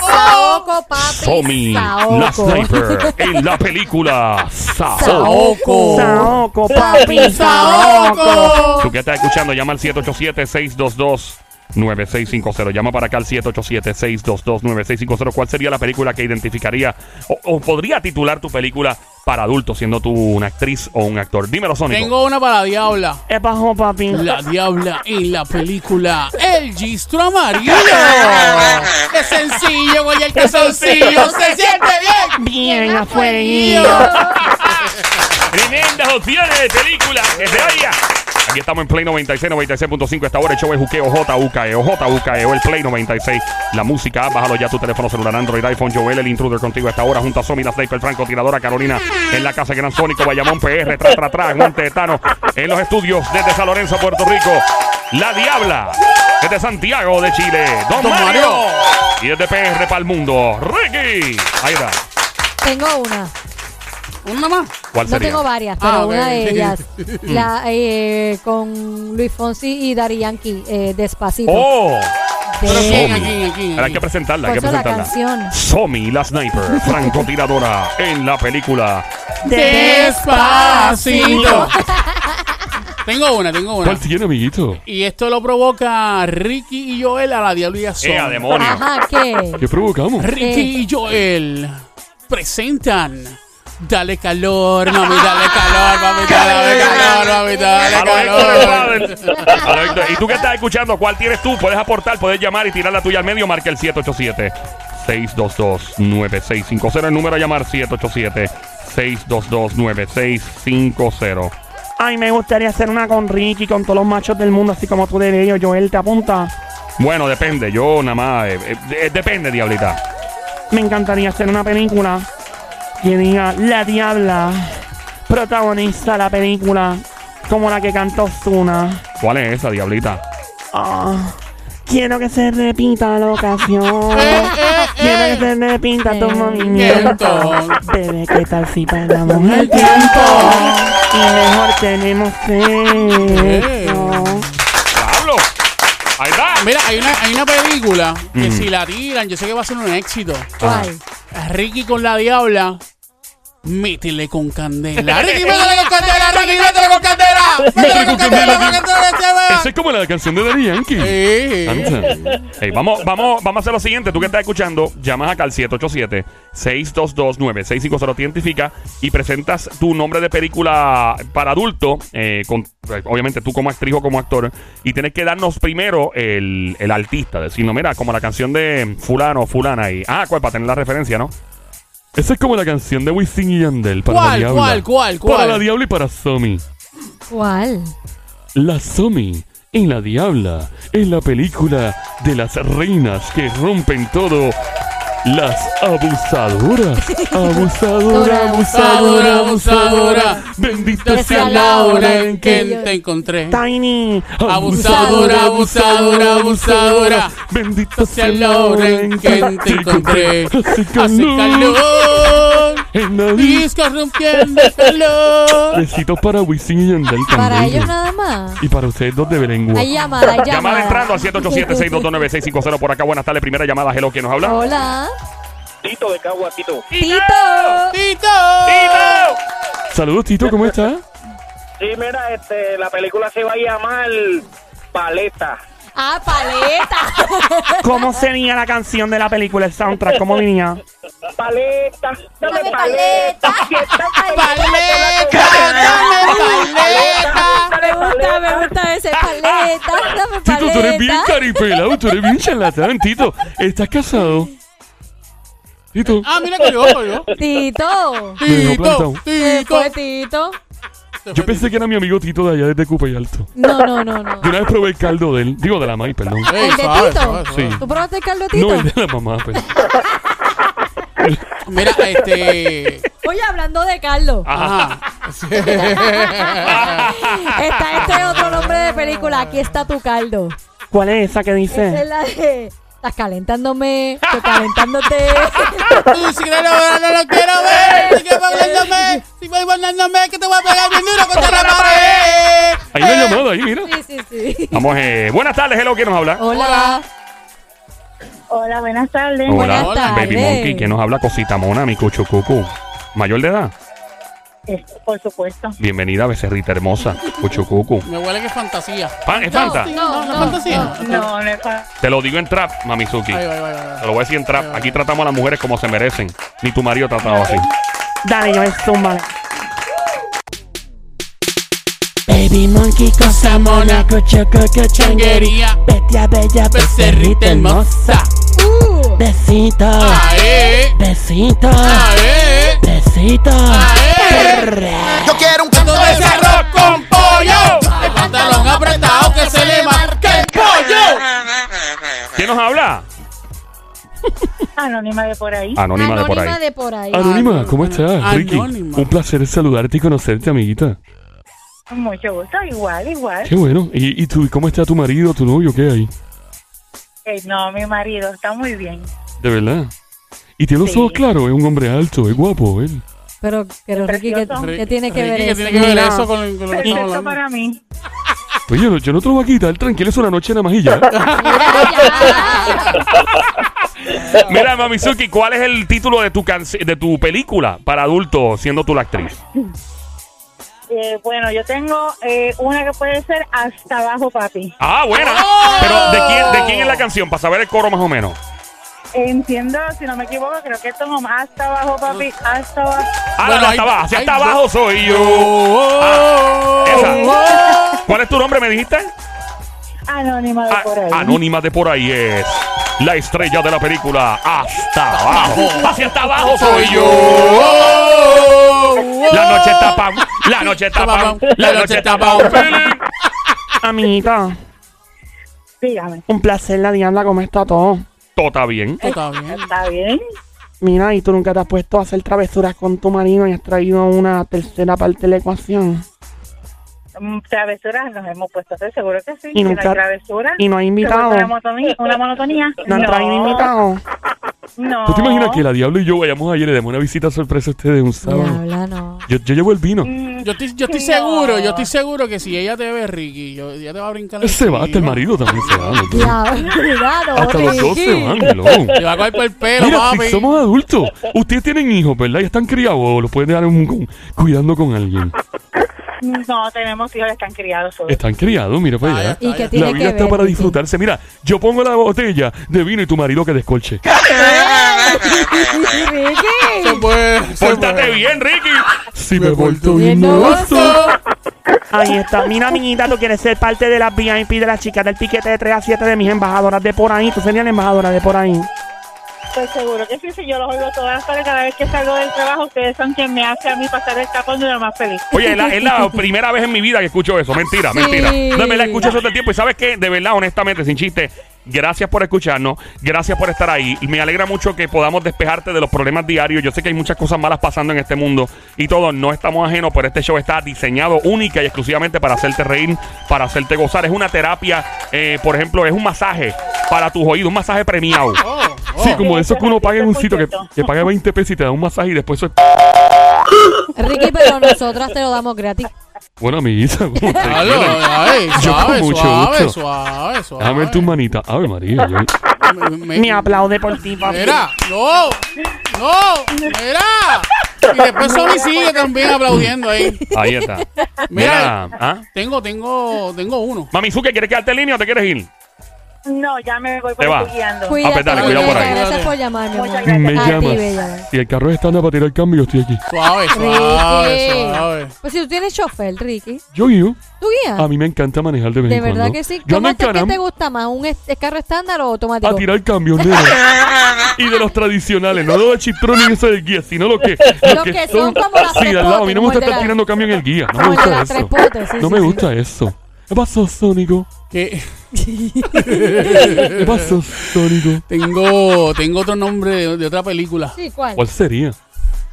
Speaker 2: Saoco, papi.
Speaker 9: Somi, la
Speaker 2: Saoco.
Speaker 9: sniper, en la película Sao.
Speaker 3: Saoco.
Speaker 4: Saoco, papi.
Speaker 3: Saoco.
Speaker 9: Tú que estás escuchando, llama al 787-622-9650. Llama para acá al 787-622-9650. ¿Cuál sería la película que identificaría o, o podría titular tu película para adultos, siendo tú una actriz o un actor? Dímelo, Sónico.
Speaker 3: Tengo una para la diabla.
Speaker 4: Es bajo, papi.
Speaker 3: La diabla en la película El Gistro Amarillo. ¡Qué sencillo, güey! El calzoncillo se siente bien.
Speaker 4: Bien a
Speaker 11: Tremendas opciones de película que se vaya.
Speaker 9: Aquí estamos en Play 96, 96.5. Esta hora el show es Juqueo, J-U-K-E-O, J-U-K-E-O, E, el Play 96. La música, bájalo ya tu teléfono celular, Android, iPhone, Joel, el intruder contigo a esta hora, junto a Somi, la sniper, Franco, tiradora, Carolina, en la casa Gran Sónico, Bayamón, PR, tra, tra, tra, guante de Tano, en los estudios desde San Lorenzo, Puerto Rico, La Diabla, desde Santiago de Chile, Don,
Speaker 3: Don
Speaker 9: Mario,
Speaker 3: Mario.
Speaker 9: y desde PR para el mundo, Ricky. Ahí está.
Speaker 2: Tengo una.
Speaker 3: Una más.
Speaker 9: ¿Cuál
Speaker 2: No
Speaker 9: sería?
Speaker 2: tengo varias, pero
Speaker 3: Ah, ok.
Speaker 2: una de ellas. la, eh, con Luis Fonsi y Dari Yankee, eh, Despacito.
Speaker 9: ¡Oh!
Speaker 3: Pero
Speaker 2: De-
Speaker 3: ¿quién,
Speaker 9: Somi.
Speaker 3: a quién, a quién, a
Speaker 9: Ahora hay que
Speaker 3: quién?
Speaker 9: presentarla, hay que
Speaker 2: Por eso la
Speaker 9: presentarla.
Speaker 2: canción.
Speaker 9: Somi, la sniper, francotiradora en la película.
Speaker 3: Despacito. tengo una, tengo una.
Speaker 9: tiene, amiguito?
Speaker 3: Y esto lo provoca Ricky y Joel a la diablilla sola.
Speaker 11: ¡Ea, demonio!
Speaker 2: Ajá, ¿qué?
Speaker 1: Ah.
Speaker 9: ¿Qué provocamos?
Speaker 3: Ricky y Joel presentan. Dale calor, mami, dale calor, mami, dale calor, mami, dale
Speaker 9: A los
Speaker 3: calor.
Speaker 9: Héctor del Padre. A los Héctor. Y tú que estás escuchando, ¿cuál tienes tú? Puedes aportar, puedes llamar y tirar la tuya al medio. Marca el 787-622-9650. El número a llamar 787-622-9650.
Speaker 4: Ay, me gustaría hacer una con Ricky, con todos los machos del mundo, así como tú de bello. Joel, te apunta.
Speaker 9: Bueno, depende. Yo nada más. eh, eh, eh, depende, diablita.
Speaker 4: Me encantaría hacer una película que diga La Diabla protagoniza la película como la que cantó Zuna.
Speaker 9: ¿Cuál es esa, diablita?
Speaker 4: Ah, quiero que se repita la ocasión.
Speaker 3: Eh, eh,
Speaker 4: Quiero
Speaker 3: eh.
Speaker 4: que se repita tu
Speaker 2: Eh,
Speaker 4: movimiento.
Speaker 3: Tiempo.
Speaker 4: Bebé, ¿qué tal si paramos
Speaker 3: El
Speaker 4: el
Speaker 3: tiempo.
Speaker 4: tiempo? Y mejor tenemos sexo.
Speaker 9: ¡Pablo! ¡Ahí está!
Speaker 3: Mira, hay una, hay una película que
Speaker 9: Mm.
Speaker 3: si la tiran, yo sé que va a ser un éxito.
Speaker 2: ¿Cuál?
Speaker 3: Ricky con la diabla, métele con candela. Ricky, métele con candela, Ricky, métele con candela. Métele con candela, para que todo se vea.
Speaker 9: Esa es como la canción de Daddy Yankee.
Speaker 3: Eh,
Speaker 9: Anda. Ey, vamos, vamos, vamos a hacer lo siguiente. Tú que estás escuchando, llamas acá al 787-622-9650. te Identifica y presentas tu nombre de película para adulto. eh, con, eh, obviamente tú como actriz o como actor. Y tienes que darnos primero el, el artista. Decirnos, mira, como la canción de Fulano, Fulana. Y, ah, ¿cuál? Para tener la referencia, ¿no? Esa es como la canción de Wisin y Yandel.
Speaker 3: ¿Cuál, cuál, cuál, cuál?
Speaker 9: Diabla y para Somi.
Speaker 2: ¿Cuál?
Speaker 9: La Somi en La Diabla es la película de las reinas que rompen todo
Speaker 1: Las abusadoras.
Speaker 2: Dora,
Speaker 1: Abusadora,
Speaker 3: Abusadora, abusadora,
Speaker 1: Bendita
Speaker 3: bendita sea la hora en que te encontré.
Speaker 4: Tiny.
Speaker 3: Abusadora, abusadora, abusadora,
Speaker 1: Bendita
Speaker 3: sea la hora en que te encontré.
Speaker 1: Hace
Speaker 3: Hace
Speaker 1: calor
Speaker 3: calor,
Speaker 1: en la
Speaker 3: discos rompiendo el calor.
Speaker 1: Besito para Wisin y Yandel también.
Speaker 2: Para ellos nada más.
Speaker 1: Y para ustedes dos de Belengua.
Speaker 2: Hay llamada, hay llamada.
Speaker 1: Llamada entrando al 787-622-9650 por acá. Buenas tardes, primera llamada. Hello, ¿quién nos
Speaker 2: Oh.
Speaker 1: habla?
Speaker 2: Hola.
Speaker 12: Tito de Cagua, Tito.
Speaker 2: Tito.
Speaker 3: Tito.
Speaker 1: ¡Tito! Saludos, Tito, ¿cómo estás?
Speaker 12: Sí, mira, este, la película se va a llamar Paleta.
Speaker 2: Ah, paleta.
Speaker 4: ¿Cómo sería la canción de la película, el soundtrack? ¿Cómo venía?
Speaker 12: Paleta, dame,
Speaker 2: Dame paleta.
Speaker 12: paleta.
Speaker 3: Paleta, dame paleta.
Speaker 2: Me gusta, me gusta ese paleta. Dame paleta.
Speaker 1: Tito, tú eres bien caripelado, tú eres bien charlatán, Tito. ¿Estás casado? Tito.
Speaker 3: Ah, mira que yo, yo.
Speaker 2: Tito.
Speaker 1: dejó plantado.
Speaker 3: Tito,
Speaker 2: Se
Speaker 3: Tito.
Speaker 2: fue Tito.
Speaker 3: Ah,
Speaker 1: Yo pensé que era mi amigo Tito de allá desde Cupa y Alto.
Speaker 2: No, no, no, no.
Speaker 1: Yo una vez probé el caldo de él. Digo, de la maíz, perdón.
Speaker 3: Ey,
Speaker 2: ¿El de
Speaker 3: suave,
Speaker 2: Tito?
Speaker 3: suave, suave.
Speaker 1: Sí.
Speaker 2: ¿Tú probaste el caldo de Tito?
Speaker 1: No, el de la mamá, pues.
Speaker 3: Mira, este.
Speaker 2: Oye, hablando de caldo.
Speaker 3: Ajá.
Speaker 2: está este otro nombre de película. Aquí está tu caldo.
Speaker 4: ¿Cuál es esa que
Speaker 2: Esa es
Speaker 4: dice?
Speaker 2: la de. Estás calentándome, estoy calentándote.
Speaker 3: Tú si quieres ahora no lo quiero ver. Sigue burlándome. Sigue burlándome que te voy a pegar bien duro contra la pared.
Speaker 1: Ahí una llamada, ahí, mira.
Speaker 2: sí, sí, sí.
Speaker 1: Vamos, eh. Buenas tardes, hello, ¿quién nos habla?
Speaker 2: Hola.
Speaker 13: Hola, buenas tardes.
Speaker 2: Buenas
Speaker 1: Baby
Speaker 2: tardes.
Speaker 1: Monkey, ¿quién nos habla? Cosita mona, mi cuchucucu. Mayor de edad.
Speaker 13: Eh, Por supuesto.
Speaker 1: Bienvenida, becerrita hermosa. Cuchucucu.
Speaker 3: Me huele que es fantasía.
Speaker 1: Pan- es Fanta.
Speaker 3: sí, no, no, fantasía.
Speaker 13: No, no es fa-
Speaker 1: Te lo digo en trap, Mamizuki.
Speaker 3: Ahí va, ahí
Speaker 1: Te
Speaker 3: va, ahí va.
Speaker 1: lo voy a decir en trap. Aquí tratamos a las mujeres como se merecen. Ni tu marido trataba así.
Speaker 4: Dale, yo es zumba.
Speaker 8: Baby monkey, cosa mona, cocho, cocho,
Speaker 3: Changuería, Pues
Speaker 8: Bestia bella,
Speaker 3: becerrita hermosa.
Speaker 2: Uh,
Speaker 8: Besito,
Speaker 3: Ae,
Speaker 8: besito,
Speaker 3: ae,
Speaker 8: besito.
Speaker 3: ae.
Speaker 6: Yo quiero un
Speaker 3: Todo ese arroz con pollo. El pantalón apretado que se le marca el pollo.
Speaker 1: ¿Quién nos habla?
Speaker 13: Anónima de por ahí.
Speaker 1: Anónima, de por ahí.
Speaker 2: anónima de por ahí.
Speaker 1: Anónima, ¿cómo estás? Ricky,
Speaker 3: Anónima.
Speaker 1: un placer saludarte y conocerte, amiguita.
Speaker 13: Mucho gusto. Igual, igual.
Speaker 1: Qué bueno. ¿Y, y tú, cómo está tu marido, tu novio? ¿Qué hay?
Speaker 13: Eh, no, mi marido está muy bien.
Speaker 1: De verdad. Y tiene los
Speaker 13: Sí.
Speaker 1: ojos claros, es un hombre alto, es guapo, él.
Speaker 2: Pero, pero Ricky, ¿qué,
Speaker 13: Precioso.
Speaker 2: qué tiene que ver
Speaker 3: Ricky, ¿qué
Speaker 2: eso?
Speaker 3: tiene que ver eso con, con lo que estamos
Speaker 13: Perfecto
Speaker 3: hablando?
Speaker 13: para mí.
Speaker 1: Oye, yo, yo no te lo voy a quitar, tranquilo, es una noche nada más y ya.
Speaker 2: Ya, ya.
Speaker 1: Mira, Mamizuki, ¿cuál es el título de tu canc- de tu película para adultos, siendo tú la actriz?
Speaker 13: Eh, bueno, yo tengo eh, una que puede ser hasta abajo, papi.
Speaker 1: Ah, buena.
Speaker 3: ¡Oh!
Speaker 1: Pero ¿de quién, ¿de quién es la canción? Para saber el coro más o menos.
Speaker 13: Entiendo, si no me equivoco, creo que esto es hasta abajo, papi. Hasta abajo.
Speaker 1: Ah, la de
Speaker 3: Bueno, hay-
Speaker 1: hasta abajo. Si
Speaker 3: hay
Speaker 1: hasta
Speaker 3: dos. Oh.
Speaker 1: abajo soy
Speaker 9: Oh,
Speaker 1: yo. Ah, esa. ¿Cuál es tu nombre, me dijiste?
Speaker 13: Anónima de
Speaker 1: Ah,
Speaker 13: por ahí.
Speaker 1: anónima de por ahí es la estrella de la película. Hasta abajo. Hacia hasta abajo soy yo. La noche está pa' La noche está pa' La noche está pa'
Speaker 4: Amiguita,
Speaker 13: Dígame.
Speaker 4: un placer, la diabla, ¿cómo está todo?
Speaker 1: Todo está bien.
Speaker 3: Está bien.
Speaker 13: ¿Está bien?
Speaker 4: Mira, y tú nunca te has puesto a hacer travesuras con tu marido y has traído una tercera parte de la ecuación.
Speaker 13: Mm, Travesuras nos hemos puesto a hacer, seguro que sí.
Speaker 4: Y
Speaker 13: Si no hay
Speaker 4: nunca-
Speaker 13: travesuras.
Speaker 4: y no hay invitado.
Speaker 13: ¿Una monotonía? Una monotonía.
Speaker 4: ¿No han traído invitados?
Speaker 13: No.
Speaker 1: ¿Tú te imaginas que la Diablo y yo vayamos ayer y le demos una visita sorpresa a ustedes un sábado?
Speaker 2: Diabla, no.
Speaker 1: Yo, yo llevo el vino.
Speaker 13: Mm,
Speaker 3: Yo estoy, yo estoy
Speaker 13: No.
Speaker 3: seguro, yo estoy seguro que si ella te ve, Ricky, yo, ella te va a brincar.
Speaker 1: Se va, hasta el
Speaker 3: encima.
Speaker 1: marido también se va. los dos.
Speaker 2: Diabla, no.
Speaker 1: Hasta los dos se
Speaker 2: Ricky.
Speaker 1: van, hello.
Speaker 3: Te va a coger por el pelo,
Speaker 1: Mira,
Speaker 3: papi.
Speaker 1: si somos adultos, ustedes tienen hijos, ¿verdad? Y están criados o los pueden dejar en un- con- cuidando con alguien.
Speaker 13: No, tenemos hijos que están criados solos.
Speaker 1: Están criados, mira para allá.
Speaker 2: ¿Y qué tiene
Speaker 1: La
Speaker 2: que
Speaker 1: vida está
Speaker 2: ver,
Speaker 1: para
Speaker 2: Ricky?
Speaker 1: disfrutarse. Mira, yo pongo la botella de vino y tu marido que descolche.
Speaker 3: Se
Speaker 2: Ricky.
Speaker 3: fue, se
Speaker 1: Pórtate
Speaker 3: fue.
Speaker 1: bien, Ricky. Si me porto
Speaker 2: Bien, no gozo.
Speaker 4: Ahí está. Mira, amiguita, tú quieres ser parte de las VIP de las chicas del piquete de 3 a 7 de mis embajadoras de por ahí. Tú serías la embajadora de por ahí.
Speaker 13: Pues seguro que sí, si yo los oigo todas las tardes, cada vez que salgo del trabajo, ustedes son quien me hace a mí pasar el tapón de lo más feliz.
Speaker 1: Oye, es la, es la primera vez en mi vida que escucho eso. Mentira,
Speaker 2: Sí.
Speaker 1: mentira. No, en verdad, escucho eso todo el tiempo. Y sabes qué, de verdad, honestamente, sin chiste, Gracias por escucharnos. Gracias por estar ahí. Me alegra mucho que podamos despejarte de los problemas diarios. Yo sé que hay muchas cosas malas pasando en este mundo y todos no estamos ajenos, pero este show está diseñado única y exclusivamente para hacerte reír, para hacerte gozar. Es una terapia, eh, por ejemplo, es un masaje para tus oídos, un masaje premiado.
Speaker 3: oh,
Speaker 1: Sí, como eso que uno paga en un sitio que, que paga 20 pesos y te da un masaje y después eso es-
Speaker 2: Ricky, pero nosotras te lo damos gratis.
Speaker 1: Bueno, amiguita, ¿cómo te
Speaker 3: Aló,
Speaker 1: encuentras?
Speaker 3: ay,
Speaker 1: Yo con
Speaker 3: suave,
Speaker 1: mucho
Speaker 3: suave,
Speaker 1: gusto.
Speaker 3: suave,
Speaker 1: Déjame
Speaker 3: suave.
Speaker 1: ver tus manitas. Ave María. yo-
Speaker 3: Me-
Speaker 4: Me aplaude por ti, papi.
Speaker 3: Mira, no, no, mira. Y después Sony sigue también aplaudiendo ahí.
Speaker 1: Ahí está. Mira,
Speaker 3: Mira.
Speaker 1: ¿ah?
Speaker 3: Tengo, tengo, tengo uno.
Speaker 1: Mamizuke, ¿quieres quedarte en línea o te quieres ir?
Speaker 13: No, ya me voy
Speaker 1: Te
Speaker 13: porque
Speaker 1: va.
Speaker 13: estoy guiando.
Speaker 2: Cuídate,
Speaker 1: pues dale, cuidado por
Speaker 2: muñeca.
Speaker 1: ahí.
Speaker 2: Gracias por llamarme, amor.
Speaker 13: Muchas
Speaker 1: Me
Speaker 2: A ti,
Speaker 1: llamas.
Speaker 2: Ah, bella.
Speaker 1: Si el carro está andando para tirar el cambio, yo estoy aquí.
Speaker 3: Suave, suave, suave.
Speaker 2: Ricky. Pues si tú tienes chofer, Ricky,
Speaker 1: Yo, yo,
Speaker 2: ¿tú guías?
Speaker 1: a mí me encanta manejar de
Speaker 2: Ah.
Speaker 1: vez
Speaker 2: De
Speaker 1: en cuando.
Speaker 2: verdad que sí.
Speaker 1: Ah, Yo
Speaker 2: ¿Cómo
Speaker 1: me
Speaker 2: es que
Speaker 1: encanam
Speaker 2: te gusta más? ¿Un es- es carro estándar o
Speaker 1: a
Speaker 2: automático?
Speaker 1: tirar cambios, nena. y de los tradicionales, no de los chitrones y eso del guía, sino los que, los
Speaker 2: Los que son como las
Speaker 1: Sí,
Speaker 2: tres
Speaker 1: al lado. A mí no me
Speaker 2: potes, como
Speaker 1: gusta
Speaker 2: el de
Speaker 1: estar
Speaker 2: la-
Speaker 1: tirando cambio en el guía. No me
Speaker 2: como el de
Speaker 1: gusta
Speaker 2: las tres
Speaker 1: eso.
Speaker 2: potes, sí,
Speaker 1: No
Speaker 2: sí,
Speaker 1: me
Speaker 2: sí.
Speaker 1: gusta eso. ¿Qué pasó, Sónico?
Speaker 3: Que
Speaker 1: ¿Qué pasó, Sónico?
Speaker 3: tengo, tengo otro nombre de, de otra película.
Speaker 2: Sí, ¿cuál?
Speaker 1: ¿Cuál sería?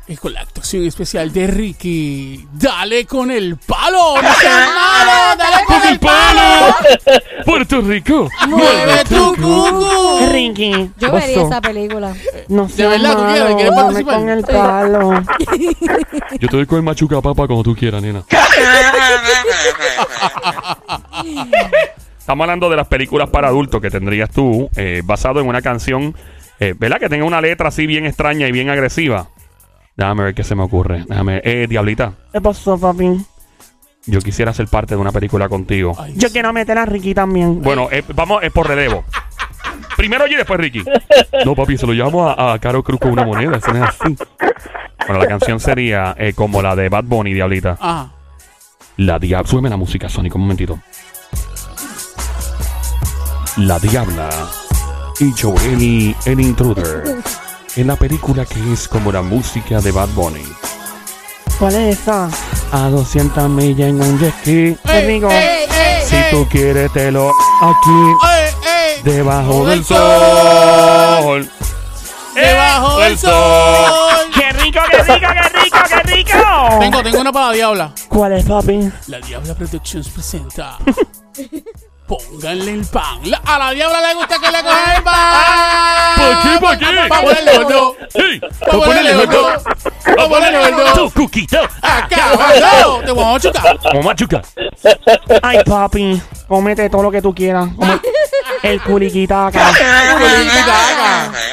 Speaker 3: Es con la actuación especial de Ricky. Dale con el palo, mis hermanos, dale con el palo.
Speaker 1: Puerto Rico.
Speaker 3: Mueve tu cucu.
Speaker 4: Ricky,
Speaker 2: Yo
Speaker 1: Oso.
Speaker 2: vería esa película.
Speaker 4: no sé.
Speaker 3: verdad, ¿tú quieres? ¿Quieres participar?
Speaker 4: Con el palo.
Speaker 1: Yo te doy con el machuca papa cuando tú quieras, nena. Estamos hablando de las películas para adultos que tendrías tú, eh, basado en una canción, eh, ¿verdad? Que tenga una letra así bien extraña y bien agresiva. Déjame ver qué se me ocurre. Déjame. ver. Eh, Diablita,
Speaker 4: ¿Qué pasó, papi?
Speaker 1: yo quisiera ser parte de una película contigo.
Speaker 3: Ay,
Speaker 4: Yo quiero meter a Ricky también.
Speaker 1: Bueno, eh, vamos eh, por relevo. Primero yo y después Ricky. No, papi, se lo llamo a, a Caro Cruz con una moneda. Eso no es así. Bueno, la canción sería eh, como la de Bad Bunny, Diablita.
Speaker 3: Ajá.
Speaker 1: La Diabla. Súbeme la música, Sonic, un momentito. La Diabla y Joel el Intruder. En la película que es como la música de Bad Bunny.
Speaker 4: ¿Cuál es esa?
Speaker 1: A 200 millas en un jet ski.
Speaker 4: Qué rico.
Speaker 3: ey, ey,
Speaker 1: Si
Speaker 3: ey,
Speaker 1: tú quieres, te lo. Aquí,
Speaker 3: ey, ey,
Speaker 1: debajo del
Speaker 3: del
Speaker 1: sol.
Speaker 3: Eh, debajo del sol.
Speaker 4: ¡Qué rico, qué rico, qué rico, qué rico!
Speaker 3: Tengo, tengo una para la diabla.
Speaker 4: ¿Cuál es, papi?
Speaker 3: La Diabla Productions presenta. Pónganle el pan. La- a la Diabla le gusta que le cojan el pan.
Speaker 1: ¿Por qué? ¿Por qué?
Speaker 3: Para ponerle el
Speaker 1: ¡Ey!
Speaker 3: Para ponerle el Para ponerle el
Speaker 1: ¡Tú, cuquito!
Speaker 3: Acá, abajo. Te vamos a chutar.
Speaker 1: Como machuca.
Speaker 4: Ay, papi, cómete todo lo que tú quieras. Come- El culiquitaca.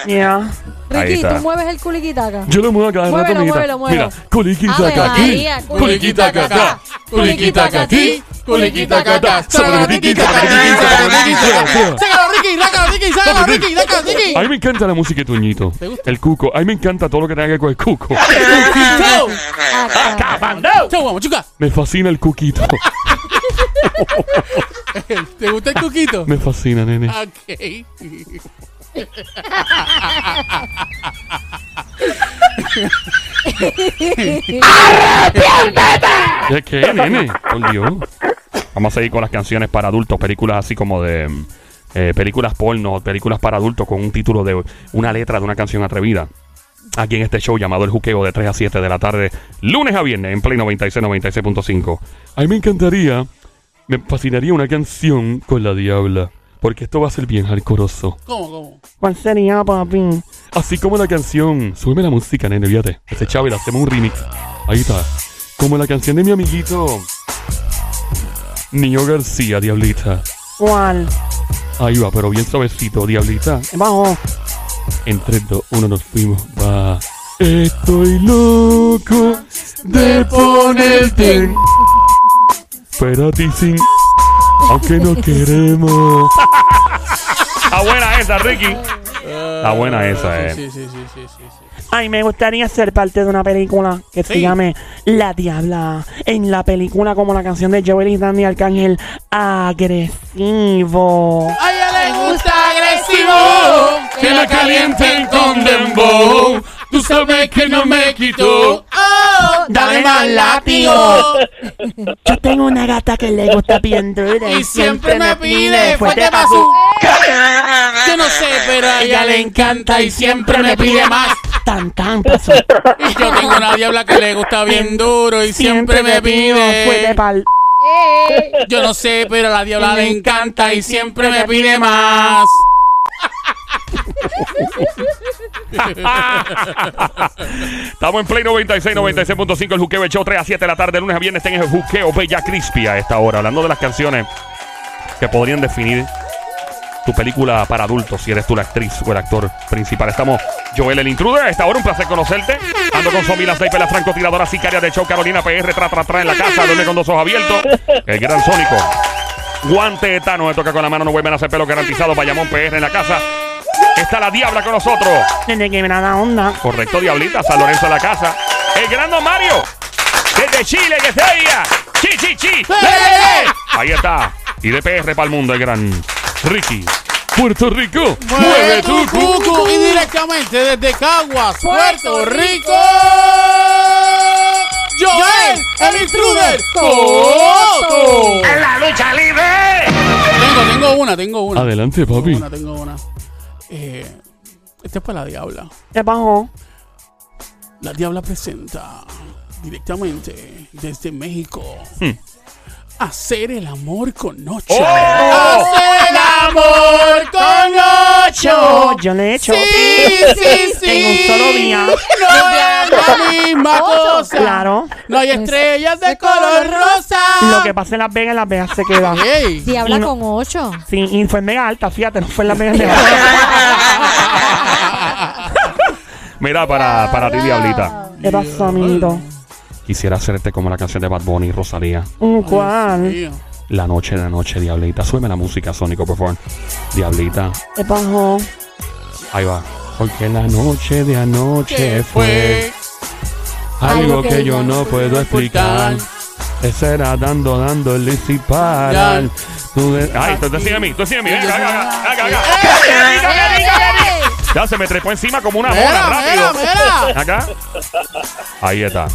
Speaker 4: Yeah.
Speaker 1: Ahí
Speaker 2: Ricky,
Speaker 1: está.
Speaker 2: tú mueves el culiquitaca.
Speaker 1: Yo lo muevo a cada rato,
Speaker 2: Muévelo,
Speaker 1: amiguita.
Speaker 2: muévelo, muévelo.
Speaker 1: Mira, culiquita
Speaker 2: Ave
Speaker 1: acá aquí,
Speaker 2: María,
Speaker 1: culiquita acá acá,
Speaker 3: Culiquita acá aquí. Culiquita acá acá. Sácalo, Ricky. Sácalo, Ricky. Sácalo, Ricky. Sácalo, Sácalo, Ricky. Sácalo, Ricky. Sácalo, Ricky. Sácalo, Ricky.
Speaker 1: A mí me encanta la música de Toñito.
Speaker 3: ¿Te gusta?
Speaker 1: El cuco. A mí me encanta todo lo que tenga que ver con el cuco.
Speaker 3: Chao.
Speaker 2: Acá.
Speaker 3: Chao, vamos, chuca.
Speaker 1: Me fascina el cuquito.
Speaker 3: ¿Te gusta el coquito?
Speaker 1: Me fascina, nene.
Speaker 3: Ok.
Speaker 1: ¿De qué, Eh, nene? Por Dios. Vamos a seguir con las canciones para adultos, películas así como de. mm, eh, películas porno, películas para adultos con un título de una letra de una canción atrevida. Aquí en este show llamado El Juqueo de 3 a 7 de la tarde, lunes a viernes, en Play 96, 96.5. A mí me encantaría, me fascinaría una canción con la Diabla, porque esto va a ser bien hardcoreoso.
Speaker 3: ¿Cómo, cómo?
Speaker 4: ¿Cuál sería, papi?
Speaker 1: Así como la canción. Súbeme la música, nene, fíjate. Ese Chávez, le hacemos un remix. Ahí está. Como la canción de mi amiguito. Nio García, Diablita.
Speaker 4: ¿Cuál?
Speaker 1: Ahí va, pero bien suavecito, Diablita.
Speaker 4: Bajo.
Speaker 1: En 3, 2, 1 nos fuimos. Va. Estoy loco de ponerte. en- Pero a ti sin. Aunque no queremos. Está buena esa, Ricky. Está buena esa, eh.
Speaker 3: Sí, sí, sí, sí, sí, sí.
Speaker 4: Ay, me gustaría ser parte de una película que se
Speaker 3: Sí.
Speaker 4: llame La Diabla. En la película como la canción de Joel y Danny Arcángel, agresivo.
Speaker 3: A ella le gusta agresivo, que la calienten con dembow. Tú sabes que no me quito. Oh, dale más látigo.
Speaker 4: Yo tengo una gata que le gusta bien dura
Speaker 3: pues Y siempre me pide fuerte pa' su. yo no sé, pero a ella le encanta y siempre me pide más.
Speaker 4: Tan, tan, pasó.
Speaker 3: Y yo tengo una diabla que le gusta bien duro y siempre, me
Speaker 4: Fue de
Speaker 3: pide.
Speaker 4: pal.
Speaker 2: Eh,
Speaker 3: Yo no sé, pero a la diabla le encanta y siempre me pide más.
Speaker 1: Estamos en Play 96, 96.5, el Juqueo el Show, 3 a 7 de la tarde, lunes a viernes, en el Juqueo Bella Crispy a esta hora, hablando de las canciones que podrían definir tu película para adultos, si eres tú la actriz o el actor principal. Estamos Joel el Intruder, a esta hora un placer conocerte. Ando con Somi, la sniper, la francotiradora sicaria de show, Carolina PR, tra, tra, tra, en la casa, duerme con dos ojos abiertos, el gran sónico. Guante de Thanos, me toca con la mano, no vuelven a hacer pelo garantizado, Bayamón PR en la casa. Está la diabla con nosotros.
Speaker 4: Desde que me da la onda.
Speaker 1: Correcto, Diablita, San Lorenzo a la casa. El gran Don Mario, desde Chile, que se oiga. Chi, chi, chi. Ahí está. Y de PR para el mundo, el gran Ricky. Puerto Rico.
Speaker 3: Mueve tu cucu y directamente desde Caguas, Puerto Rico. Joel, el intruder. Coto.
Speaker 10: ¡En la lucha libre!
Speaker 3: Tengo, tengo una, tengo una.
Speaker 1: Adelante,
Speaker 3: Tengo
Speaker 1: papi.
Speaker 3: una, tengo una. Eh, esta es para la diabla.
Speaker 4: Se bajó.
Speaker 3: La diabla presenta directamente desde México.
Speaker 1: Hmm.
Speaker 3: Hacer el amor con Noche.
Speaker 1: ¡Oh!
Speaker 3: Hacer el amor con
Speaker 4: Yo,
Speaker 3: Noche.
Speaker 4: yo le he hecho.
Speaker 3: Sí, sí, sí.
Speaker 4: En un solo día.
Speaker 3: No es la misma cosa.
Speaker 4: Claro.
Speaker 3: No hay estrellas de color rosa.
Speaker 4: Lo que pasa en Las Vegas, en Las Vegas se queda.
Speaker 3: Ey.
Speaker 2: Diabla
Speaker 4: Y no-
Speaker 2: con ocho.
Speaker 4: Sí, y fue en mega alta, fíjate, no fue en Las Vegas. en Nevada.
Speaker 1: Mira, para, para ti, Diablita.
Speaker 4: ¿Qué pasó, amiguito?
Speaker 1: Quisiera hacerte como la canción de Bad Bunny y Rosalía.
Speaker 4: Mm, ¿Cuál?
Speaker 3: Dios mío.
Speaker 1: La noche de la noche, Diablita. Súbeme la música, Sónico, por favor. Diablita.
Speaker 4: Se bajó.
Speaker 1: Ahí va. Porque la noche de anoche
Speaker 3: ¿Qué
Speaker 1: fue
Speaker 3: fue?
Speaker 1: algo que yo no puedo explicar. Ese era dando, dando, el y parar.
Speaker 3: Ya.
Speaker 1: Tú de- Ay, tú, tú sigue a mí, tú sigue a mí. Venga, venga, venga, venga, venga. Ya se me trepó encima como una mona,
Speaker 3: Mira,
Speaker 1: rápido.
Speaker 3: mira, mira.
Speaker 1: Acá. Ahí está.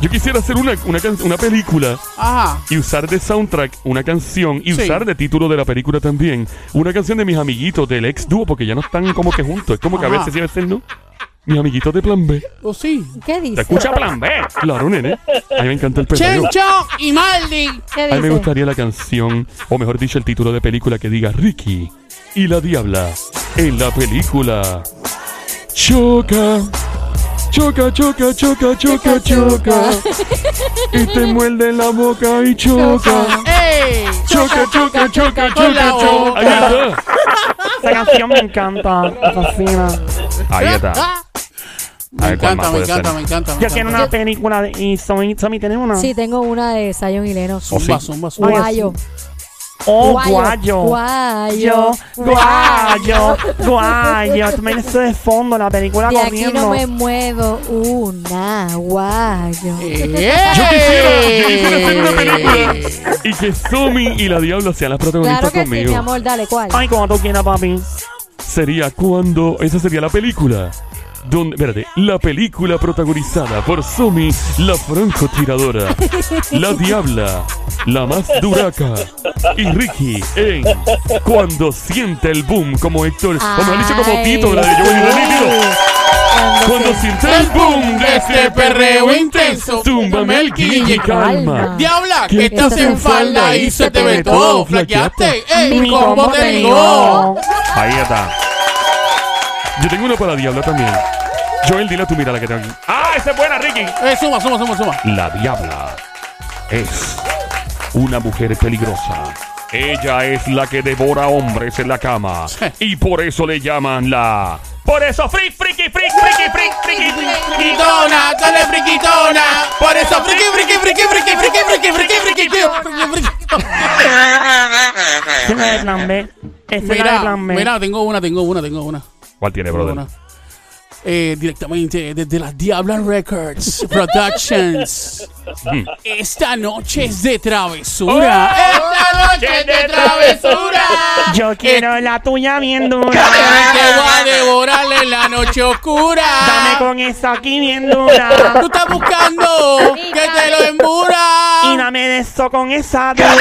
Speaker 1: Yo quisiera hacer una, una, can- una película
Speaker 3: Ajá.
Speaker 1: y usar de soundtrack una canción y
Speaker 3: Sí.
Speaker 1: usar de título de la película también una canción de mis amiguitos del ex dúo porque ya no están como que juntos. Es como que a
Speaker 3: Ajá.
Speaker 1: veces sí, a veces no. Mis amiguitos de Plan B.
Speaker 3: Oh, sí.
Speaker 2: ¿Qué
Speaker 1: ¿Te
Speaker 2: dice?
Speaker 1: escucha Plan B? Claro, nene. A mí me encanta el perreo.
Speaker 3: Chencho y Maldi.
Speaker 2: ¿Qué
Speaker 1: A mí me
Speaker 2: dice?
Speaker 1: gustaría la canción, o mejor dicho, el título de película que diga Ricky y la Diabla en la película. Choca, choca, choca, choca, choca, choca. Y te muerde la boca y choca.
Speaker 3: ¡Ey!
Speaker 1: Choca, choca, choca,
Speaker 3: Con la
Speaker 1: choca, choca. Ahí está.
Speaker 4: Esa canción me encanta. Me fascina.
Speaker 1: Ahí está.
Speaker 3: Ah,
Speaker 1: A
Speaker 3: Me
Speaker 1: ver, ¿cuál
Speaker 3: encanta,
Speaker 1: más
Speaker 3: me
Speaker 1: puede ser?
Speaker 3: encanta, me encanta. me
Speaker 4: Yo
Speaker 3: encanta.
Speaker 4: quiero una película de. ¿Y Somi, Somi tienes una?
Speaker 2: Sí, tengo una de Zion y Leno.
Speaker 1: Oh, sí.
Speaker 3: Zumba, zumba, zumba.
Speaker 2: Guayo.
Speaker 4: Oh,
Speaker 2: Guayo.
Speaker 4: Yo,
Speaker 2: Guayo.
Speaker 4: guayo, guayo. Tú me dices de fondo la película
Speaker 2: De aquí
Speaker 4: corriendo.
Speaker 2: no me muevo una guayo.
Speaker 1: Eh. Yo quisiera, yo quisiera hacer una película y que Sumi y la Diabla sean las protagonistas
Speaker 2: Claro que sí,
Speaker 1: conmigo.
Speaker 2: mi amor, dale, ¿cuál?
Speaker 4: Ay, como tú quieras, papi.
Speaker 1: sería cuando esa sería la película. Donde, espérate, la película protagonizada por Sumi, la francotiradora, la diabla, la más duraca y Ricky en Cuando siente el boom como Héctor, o mejor dicho como Tito, la de Joey Ramírez.
Speaker 2: Eh,
Speaker 1: Cuando siente el boom de este perreo intenso, túmbame el quille y calma.
Speaker 3: Diabla,
Speaker 1: ¿Qué?
Speaker 3: que Ah. estás en falda y se te ve todo. Flaqueaste. ¡Ey,
Speaker 4: Mi
Speaker 3: mi combo
Speaker 4: combo
Speaker 3: tengo!
Speaker 1: Ahí está. Yo tengo una para la diabla también. Joel, dile a tu mira la que tengo aquí. ¡Ah, esa es buena, Ricky!
Speaker 3: Eh, suma, suma, suma, suma.
Speaker 1: La diabla es una mujer peligrosa. Ella es la que devora hombres en la cama. Y por eso le llaman la. Por eso, free, friki, friki, friki, friki, friki, friki.
Speaker 3: Friquitona, dale friquitona. Por eso, friki, friki, friki, friki, friki, friki, friki, friki, friki, friki.
Speaker 4: Esa es la de plan B. Esta es la de
Speaker 3: Mira,
Speaker 4: plan B.
Speaker 3: mira, tengo una, tengo una, tengo una.
Speaker 1: ¿Cuál tiene,
Speaker 3: Tengo
Speaker 1: brother?
Speaker 3: una. Eh, directamente desde las Diabla Records Productions. Esta noche es de travesura. Esta noche es de travesura.
Speaker 4: Yo quiero la tuya bien dura.
Speaker 3: Te voy a devorar en la noche oscura.
Speaker 4: Dame con eso aquí bien dura.
Speaker 3: Tú estás buscando que te lo embura.
Speaker 4: Y dame de eso con esa
Speaker 3: Ay, Te va a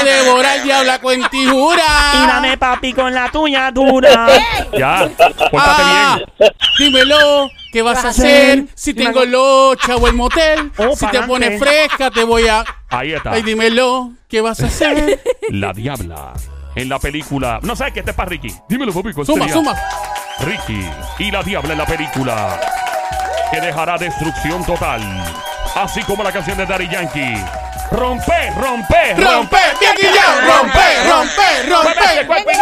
Speaker 4: dura.
Speaker 3: devorar el diablo a cuentijura.
Speaker 4: Y dame papi con la tuya dura.
Speaker 2: Eh.
Speaker 9: Ya, pórtate
Speaker 3: Ah,
Speaker 9: bien.
Speaker 3: Dímelo, ¿qué vas a hacer? Si tengo locha o el motel.
Speaker 4: Oh,
Speaker 3: Si te
Speaker 4: pa'lante. Ah.
Speaker 3: pones fresca, te voy a.
Speaker 9: Ahí está.
Speaker 3: Ay, dímelo, ¿qué vas a hacer?
Speaker 9: La diabla. En la película. No sabes que este es para Ricky. Dímelo, papi. ¿cuál
Speaker 3: Suma,
Speaker 9: sería?
Speaker 3: suma.
Speaker 9: Ricky y la diabla en la película que dejará destrucción total, así como la canción de Daddy Yankee. Rompe, rompe, rompe.
Speaker 14: Rompe, bien guillado, rompe, rompe, rompe, rompe,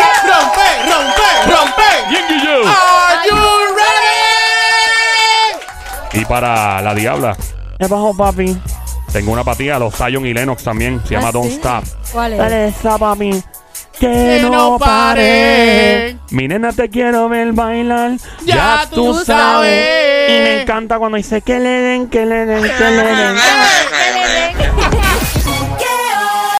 Speaker 14: rompe, rompe.
Speaker 9: Bien, Guillén.
Speaker 2: Ah.
Speaker 14: Are you ready?
Speaker 9: Y para la diabla,
Speaker 4: Me bajo papi.
Speaker 9: tengo una patilla, los Zion y Lennox también, se llama
Speaker 2: Ah,
Speaker 9: Don't
Speaker 2: sí.
Speaker 9: Stop.
Speaker 2: ¿Cuál es?
Speaker 4: Dale esa papi. Que,
Speaker 3: Eh. Que
Speaker 4: no
Speaker 3: no
Speaker 4: pare.
Speaker 3: pare.
Speaker 9: Mi nena te
Speaker 4: Te quiero ver bailar.
Speaker 3: Ya tú sabes.
Speaker 4: Y me encanta cuando dice que le den, que le den, que le den.